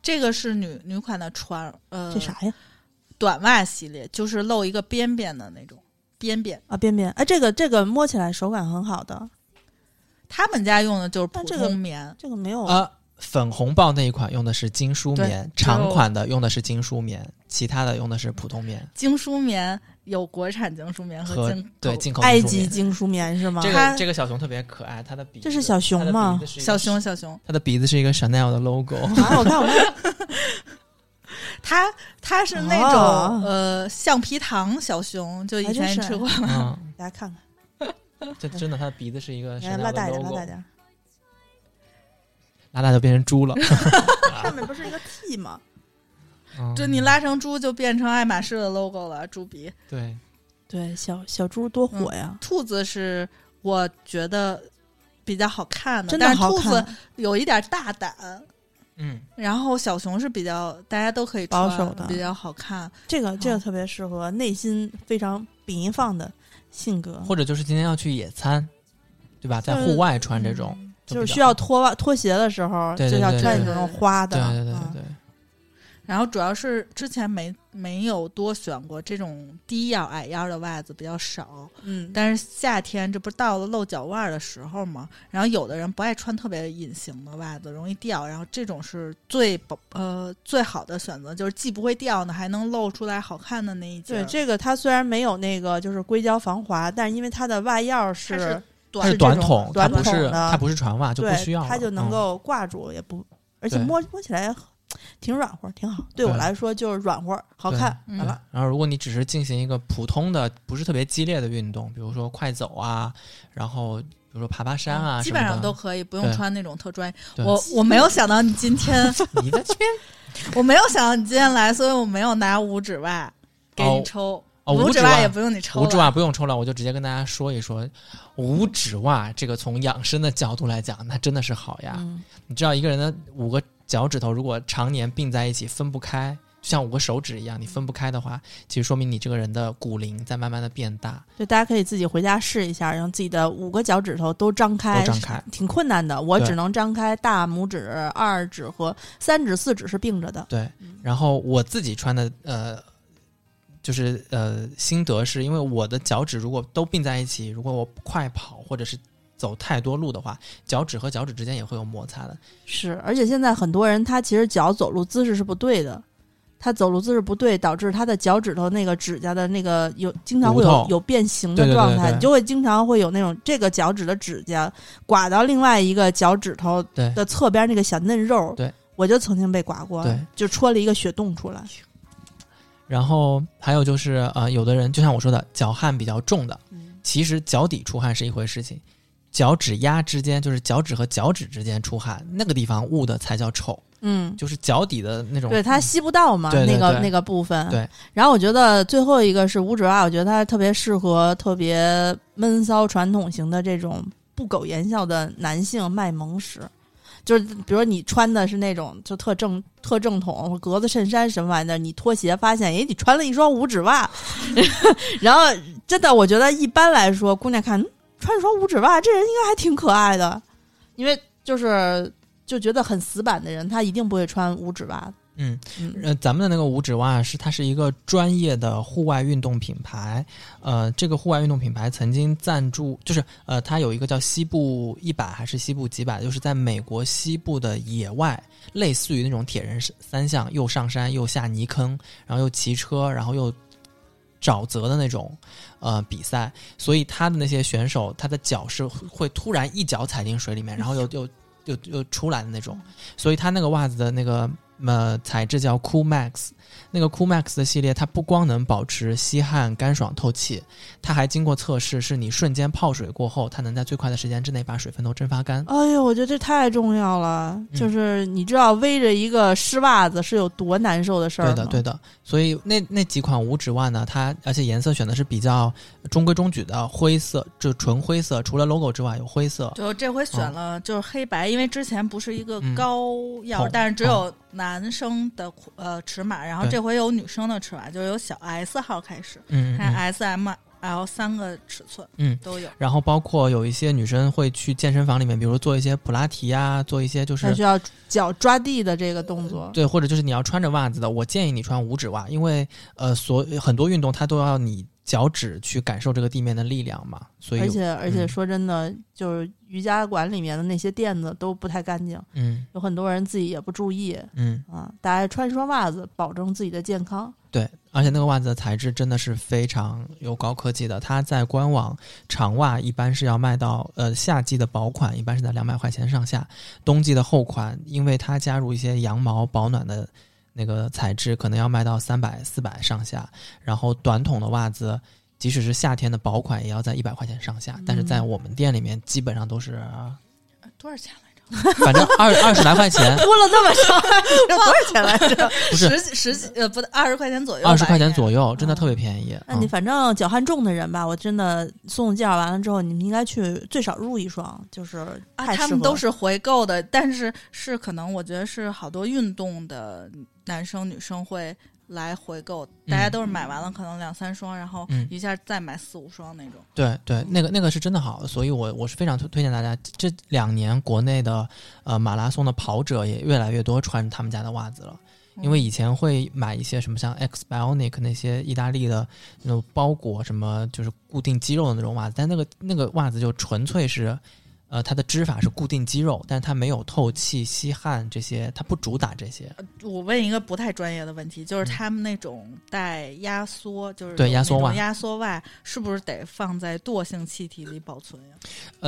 Speaker 3: 这个是女女款的穿呃
Speaker 2: 这
Speaker 4: 嗯
Speaker 2: 啥呀？
Speaker 3: 短袜系列，就是露一个边边的那种边边。
Speaker 2: 啊，边边，哎，这个这个摸起来手感很好的，
Speaker 3: 他们家用的就是普
Speaker 2: 但这个
Speaker 3: 通棉，
Speaker 2: 这个没有。
Speaker 4: 呃，粉红豹那一款用的是精梳棉，
Speaker 3: 只有
Speaker 4: 长款的用的是精梳棉，其他的用的是普通棉
Speaker 3: 精梳棉有国产精梳棉
Speaker 4: 和
Speaker 3: 进口
Speaker 4: 对进口
Speaker 2: 埃
Speaker 4: 精梳
Speaker 2: 及
Speaker 4: 棉。
Speaker 2: 精梳棉是吗？
Speaker 4: 这
Speaker 3: 它
Speaker 4: 个这个小熊特别可爱，它的鼻
Speaker 2: 这
Speaker 4: 子
Speaker 2: 是小熊吗？
Speaker 4: 它的鼻子是一个
Speaker 3: 小熊，小熊，
Speaker 4: 它的鼻子是一个 Chanel 的 logo。
Speaker 2: 啊，我看我 看，
Speaker 3: 它它是那种、
Speaker 2: 哦
Speaker 3: 呃橡皮糖小熊，就以
Speaker 2: 还真
Speaker 3: 前你
Speaker 2: 是
Speaker 3: 吃过
Speaker 4: 嗯，
Speaker 2: 大家看看，
Speaker 4: 这真的，它的鼻子是一个
Speaker 2: 来
Speaker 4: Chanel
Speaker 2: 拉大一
Speaker 4: 的
Speaker 2: 点，拉
Speaker 4: logo，
Speaker 2: 大一点。
Speaker 4: 拉大就变成 猪了。
Speaker 2: 上面不是一个 T 吗？
Speaker 4: 嗯
Speaker 3: 就你拉成猪就变成爱马仕的 logo 了，猪鼻。
Speaker 4: 对，
Speaker 2: 对，小小猪多火呀，
Speaker 3: 兔子是我觉得比较好看的，
Speaker 2: 真的
Speaker 3: 但是
Speaker 2: 好
Speaker 3: 兔
Speaker 2: 看
Speaker 3: 子。有一点大胆，
Speaker 4: 嗯，
Speaker 3: 然后小熊是比较大家都可以穿
Speaker 2: 保守的
Speaker 3: 比较好看。
Speaker 2: 这个这个特别适合内心非常bình 放的性格，
Speaker 4: 或者就是今天要去野餐，对吧？在
Speaker 2: 就是
Speaker 4: 户外穿这种，
Speaker 2: 嗯
Speaker 3: 嗯
Speaker 2: 就
Speaker 4: 比
Speaker 2: 是
Speaker 4: 较
Speaker 2: 需要脱袜脱鞋的时候，
Speaker 4: 对对
Speaker 2: 就要
Speaker 4: 对
Speaker 2: 穿
Speaker 3: 对
Speaker 2: 你这种
Speaker 3: 对
Speaker 2: 花的。
Speaker 4: 对对对
Speaker 2: 嗯
Speaker 4: 对
Speaker 3: 然后主要是之前没没有多选过这种低腰矮腰的袜子比较少，
Speaker 2: 嗯，
Speaker 3: 但是夏天这不是到了露脚腕儿的时候嘛，然后有的人不爱穿特别隐形的袜子，容易掉，然后这种是最保呃最好的选择，就是既不会掉呢，还能露出来好看的那一截
Speaker 2: 对
Speaker 3: 儿。
Speaker 2: 这个，它虽然没有那个就是硅胶防滑，但是因为它的袜腰
Speaker 3: 它是
Speaker 2: 是
Speaker 4: 它
Speaker 3: 短
Speaker 4: 是
Speaker 2: 这种
Speaker 4: 短筒，它
Speaker 2: 短
Speaker 4: 不
Speaker 2: 筒
Speaker 4: 是
Speaker 2: 的
Speaker 4: 它不是船袜，就不
Speaker 2: 对
Speaker 4: 需要了，嗯
Speaker 2: 它就能够挂住，也不而且
Speaker 4: 对
Speaker 2: 摸摸起来挺软和，挺好。对我
Speaker 4: 对
Speaker 2: 来说就是软和，好
Speaker 4: 对
Speaker 2: 看。
Speaker 3: 嗯
Speaker 2: 完了，
Speaker 4: 然后，如果你只是进行一个普通的、不是特别激烈的运动，比如说快走啊，然后比如说爬爬山啊，
Speaker 3: 嗯基本上
Speaker 4: 什么
Speaker 3: 都
Speaker 4: 的
Speaker 3: 可以，不用
Speaker 4: 对
Speaker 3: 穿那种特专业。
Speaker 4: 对
Speaker 3: 我我没有想到你今 天，
Speaker 4: 你在这边
Speaker 3: 我没有想到你今天来，所以我没有拿五指袜给你
Speaker 4: 哦
Speaker 3: 抽。
Speaker 4: 哦
Speaker 3: 五
Speaker 4: 五指
Speaker 3: 袜
Speaker 4: 袜
Speaker 3: 也不用你抽
Speaker 4: 无
Speaker 3: 了。
Speaker 4: 指袜不用抽了，我就直接跟大家说一说，无指袜这个从养生的角度来讲，那真的是好呀。
Speaker 2: 嗯，
Speaker 4: 你知道一个人的五个脚趾头如果常年并在一起分不开，就像五个手指一样，你分不开的话，其实说明你这个人的骨龄在慢慢的变大。
Speaker 2: 对，大家可以自己回家试一下，让自己的五个脚趾头都张开，
Speaker 4: 都张开
Speaker 2: 挺困难的。我
Speaker 4: 对
Speaker 2: 只能张开大拇指、二指和三指、四指是并着的。
Speaker 4: 对，然后我自己穿的呃，就是呃心得是因为我的脚趾如果都并在一起，如果我快跑或者是走太多路的话，脚趾和脚趾之间也会有摩擦的。
Speaker 2: 是，而且现在很多人他其实脚走路姿势是不对的，他走路姿势不对，导致他的脚趾头那个指甲的那个有经常会
Speaker 4: 骨
Speaker 2: 有
Speaker 4: 头
Speaker 2: 有变形
Speaker 4: 对
Speaker 2: 的
Speaker 4: 对对
Speaker 2: 状态，
Speaker 4: 对
Speaker 2: 你就会经常会有那种这个脚趾的指甲刮到另外一个脚趾头
Speaker 4: 对
Speaker 2: 的侧边那个小嫩肉。
Speaker 4: 对，
Speaker 2: 我就曾经被刮过
Speaker 4: 对，
Speaker 2: 就戳了一个血洞出来。
Speaker 4: 然后还有就是呃，有的人就像我说的，脚汗比较重的，其实脚底出汗是一回事情，脚趾丫之间，就是脚趾和脚趾之间出汗，那个地方捂的才叫臭，
Speaker 2: 嗯，
Speaker 4: 就是脚底的那种。
Speaker 2: 对，它吸不到嘛，
Speaker 4: 对对
Speaker 2: 那个
Speaker 4: 对
Speaker 2: 那个部分。
Speaker 4: 对。
Speaker 2: 然后我觉得最后一个是五指袜，我觉得它特别适合特别闷骚传统型的这种不苟言笑的男性卖萌时。就是比如说你穿的是那种就特正特正统格子衬衫什么玩意儿的，你脱鞋发现，诶，你穿了一双五指袜， 然后真的我觉得一般来说，姑娘看嗯穿一双五指袜，这人应该还挺可爱的，因为就是就觉得很死板的人，他一定不会穿五指袜的。
Speaker 4: 嗯，
Speaker 2: 嗯
Speaker 4: 呃，咱们的那个五指袜是它是一个专业的户外运动品牌，呃，这个户外运动品牌曾经赞助，就是呃，它有一个叫西部一百还是西部几百，就是在美国西部的野外，类似于那种铁人三项，又上山又下泥坑，然后又骑车，然后又沼泽的那种呃比赛，所以他的那些选手，他的脚是会突然一脚踩进水里面，然后又又又又出来的那种，所以他那个袜子的那个呃材质叫 Cool Max，那个 Cool Max 的系列，它不光能保持吸汗、干爽、透气，它还经过测试，是你瞬间泡水过后，它能在最快的时间之内把水分都蒸发干。
Speaker 2: 哎呦，我觉得这太重要了，
Speaker 4: 嗯
Speaker 2: 就是你知道围着一个湿袜子是有多难受的事儿吗
Speaker 4: 对的，对的。所以那那几款五指袜呢，它而且颜色选的是比较中规中矩的灰色，就纯灰色，除了 logo 之外有灰色。
Speaker 3: 就这回选了就是黑白，因为之前不是一个
Speaker 4: 哦嗯
Speaker 3: 高腰，
Speaker 4: 哦
Speaker 3: 但是只有男生的裤呃尺码，然后
Speaker 4: 对
Speaker 3: 这回有女生的尺码，就是由小 S 号开始，
Speaker 4: 嗯，嗯
Speaker 3: 看
Speaker 4: 嗯
Speaker 3: S、M、L 三个尺寸，
Speaker 4: 嗯
Speaker 3: 都有。
Speaker 4: 然后包括有一些女生会去健身房里面，比如做一些普拉提啊，做一些就
Speaker 2: 它
Speaker 4: 是
Speaker 2: 需要脚抓地的这个动作。
Speaker 4: 对，或者就是你要穿着袜子的，我建议你穿五指袜，因为呃，所很多运动它都要你脚趾去感受这个地面的力量嘛，所以
Speaker 2: 而且而且
Speaker 4: 嗯
Speaker 2: 说真的，就是瑜伽馆里面的那些垫子都不太干净，
Speaker 4: 嗯
Speaker 2: 有很多人自己也不注意
Speaker 4: 嗯，
Speaker 2: 啊。大家穿一双袜子，保证自己的健康。
Speaker 4: 对，而且那个袜子的材质真的是非常有高科技的，它在官网长袜一般是要卖到呃夏季的薄款一般是在两百块钱上下，冬季的厚款，因为它加入一些羊毛保暖的那个材质，可能要卖到三百四百上下。然后短筒的袜子，即使是夏天的薄款，也要在一百块钱上下。但是在我们店里面，基本上都是啊
Speaker 3: 呃多少钱 来着？
Speaker 4: 反正二 二十来块钱，
Speaker 2: 铺了那么 长，多 少钱来着？
Speaker 4: 不是
Speaker 3: 十几十几呃不二十块钱左右吧，
Speaker 4: 二十块钱
Speaker 3: 右。
Speaker 4: 左右，真的特别便宜。
Speaker 2: 那你
Speaker 4: 嗯
Speaker 2: 反正脚汗重的人吧，我真的宋介绍完了之后，你们应该去最少入一双，就是
Speaker 3: 啊
Speaker 2: 太，
Speaker 3: 他
Speaker 2: 适
Speaker 3: 们
Speaker 2: 合
Speaker 3: 都
Speaker 2: 了
Speaker 3: 是回购的，但是是可能我觉得是好多运动的男生女生会来回购，大家都是买完了可能两三双，然后
Speaker 4: 嗯
Speaker 3: 一下再买四五双那种。
Speaker 4: 对对，那个那个是真的好，所以我我是非常推推荐大家。这两年国内的呃马拉松的跑者也越来越多穿他们家的袜子了，因
Speaker 3: 嗯
Speaker 4: 为以前会买一些什么像 X Bionic 那些意大利的那种包裹什么就是固定肌肉的那种袜子，但那个那个袜子就纯粹是。呃，它的织法是固定肌肉，但是它没有透气、吸汗这些，它不主打这些。
Speaker 3: 我问一个不太专业的问题，就是他们那种带压缩，就是
Speaker 4: 嗯对
Speaker 3: 有
Speaker 4: 压缩
Speaker 3: 那种
Speaker 4: 袜
Speaker 3: 压缩袜是不是得放在惰性气体里保存呀？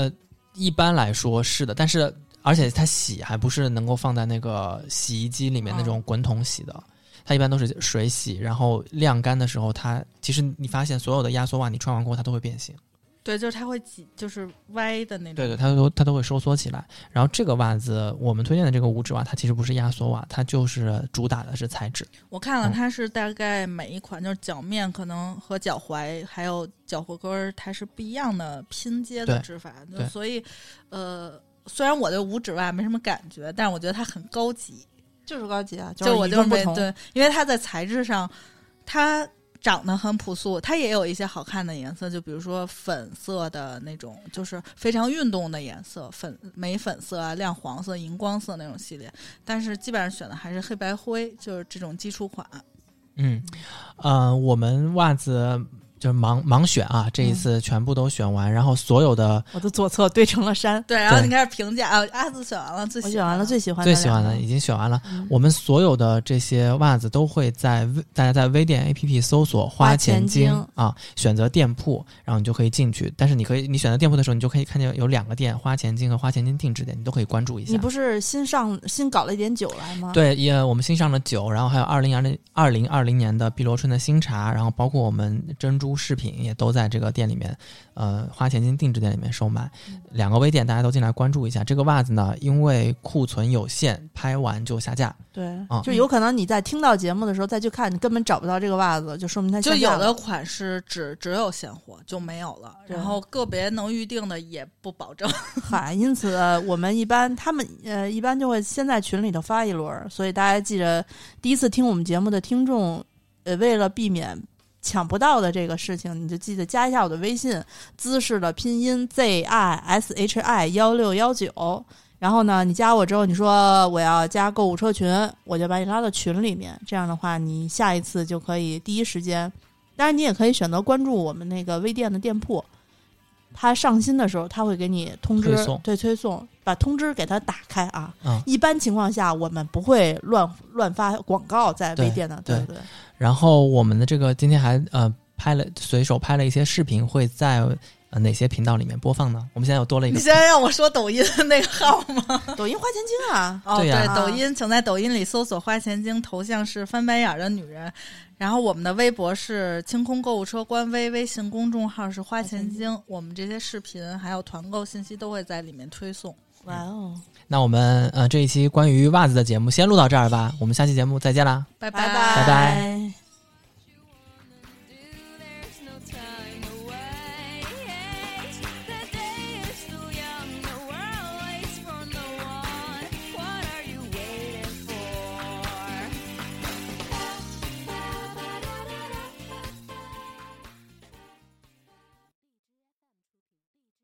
Speaker 4: 一般来说是的，但是而且它洗还不是能够放在那个洗衣机里面
Speaker 2: 嗯
Speaker 4: 那种滚筒洗的，它一般都是水洗，然后晾干的时候它，其实你发现所有的压缩袜你穿完过后它都会变形，
Speaker 3: 对，就是它会挤，就是歪的那种。
Speaker 4: 对对，它都它都会收缩起来。然后这个袜子我们推荐的这个五指袜，它其实不是压缩袜，它就是主打的是材质，
Speaker 3: 我看了，
Speaker 4: 嗯
Speaker 3: 它是大概每一款就是脚面可能和脚踝还有脚后跟儿，它是不一样的拼接的
Speaker 4: 对
Speaker 3: 织法，就
Speaker 4: 对
Speaker 3: 所以呃，虽然我对五指袜没什么感觉，但是我觉得它很高级，
Speaker 2: 就是高级啊，
Speaker 3: 就我
Speaker 2: 是与
Speaker 3: 就
Speaker 2: 众不
Speaker 3: 没
Speaker 2: 同。
Speaker 3: 对，因为它在材质上，它长得很朴素，它也有一些好看的颜色，就比如说粉色的那种，就是非常运动的颜色，粉玫粉色啊、亮黄色、荧光色那种系列，但是基本上选的还是黑白灰，就是这种基础款。
Speaker 4: 嗯，呃，我们袜子。就是盲盲选啊，这
Speaker 2: 嗯
Speaker 4: 一次全部都选完，然后所有的
Speaker 2: 我的左侧堆成了山，
Speaker 3: 对，然后
Speaker 4: 对
Speaker 3: 你开始评价啊，阿紫选完了，最
Speaker 2: 我
Speaker 3: 喜
Speaker 2: 选完了
Speaker 3: 的
Speaker 2: 最喜欢
Speaker 4: 最喜欢
Speaker 2: 两
Speaker 4: 的
Speaker 2: 个嗯
Speaker 4: 已经选完了。我们所有的这些袜子都会在微大家在微店 APP 搜索“花钱精
Speaker 2: 花钱”
Speaker 4: 啊，选择店铺，然后你就可以进去。但是你可以，你选择店铺的时候，你就可以看见有两个店，花钱精和花钱精定制店，你都可以关注一下。
Speaker 2: 你不是新上新搞了一点酒来吗？，
Speaker 4: 对，也我们新上了酒，然后还有二零二零二零二零年的碧螺春的新茶，然后包括我们珍珠都饰品也都在这个店里面，呃，花钱金定制店里面售卖。
Speaker 2: 嗯
Speaker 4: 两个微店大家都进来关注一下。这个袜子呢，因为库存有限，拍完就下架。
Speaker 2: 对，
Speaker 4: 啊
Speaker 2: 就有可能你在听到节目的时候再去看，你根本找不到这个袜子，就说明它
Speaker 3: 就
Speaker 2: 下架了
Speaker 3: 有的款式只只有现货就没有了，
Speaker 2: 对
Speaker 3: 然后个别能预定的也不保证。
Speaker 2: 嗨，因此我们一般他们呃一般就会先在群里头发一轮儿，所以大家记着，第一次听我们节目的听众，呃，为了避免抢不到的这个事情，你就记得加一下我的微信，姿势的拼音 Z I S H I 幺六幺九。然后呢，你加我之后，你说我要加购物车群，我就把你拉到群里面。这样的话，你下一次就可以第一时间。当然，你也可以选择关注我们那个微店的店铺，它上新的时候，它会给你通知
Speaker 4: 推送，
Speaker 2: 对推送，把通知给它打开啊。
Speaker 4: 嗯
Speaker 2: 一般情况下，我们不会乱乱发广告在微
Speaker 4: 对
Speaker 2: 店的，
Speaker 4: 对
Speaker 2: 对不对？
Speaker 4: 然后我们的这个今天还呃拍了随手拍了一些视频，会在呃哪些频道里面播放呢？我们现在又多了一
Speaker 3: 你
Speaker 4: 个
Speaker 3: 现在让我说抖音的那个号吗？
Speaker 2: 抖音花钱精啊，
Speaker 3: 哦，
Speaker 4: 对呀
Speaker 3: 抖音，请在抖音里搜索“花钱精”，头像是翻白眼儿的女人。然后我们的微博是清空购物车官微，微信公众号是花钱精。我们这些视频还有团购信息都会在里面推送。
Speaker 2: 哇哦！
Speaker 4: 那我们呃这一期关于袜子的节目先录到这儿吧，我们下期节目再见啦。
Speaker 3: 拜
Speaker 2: 拜
Speaker 4: 拜
Speaker 2: 拜。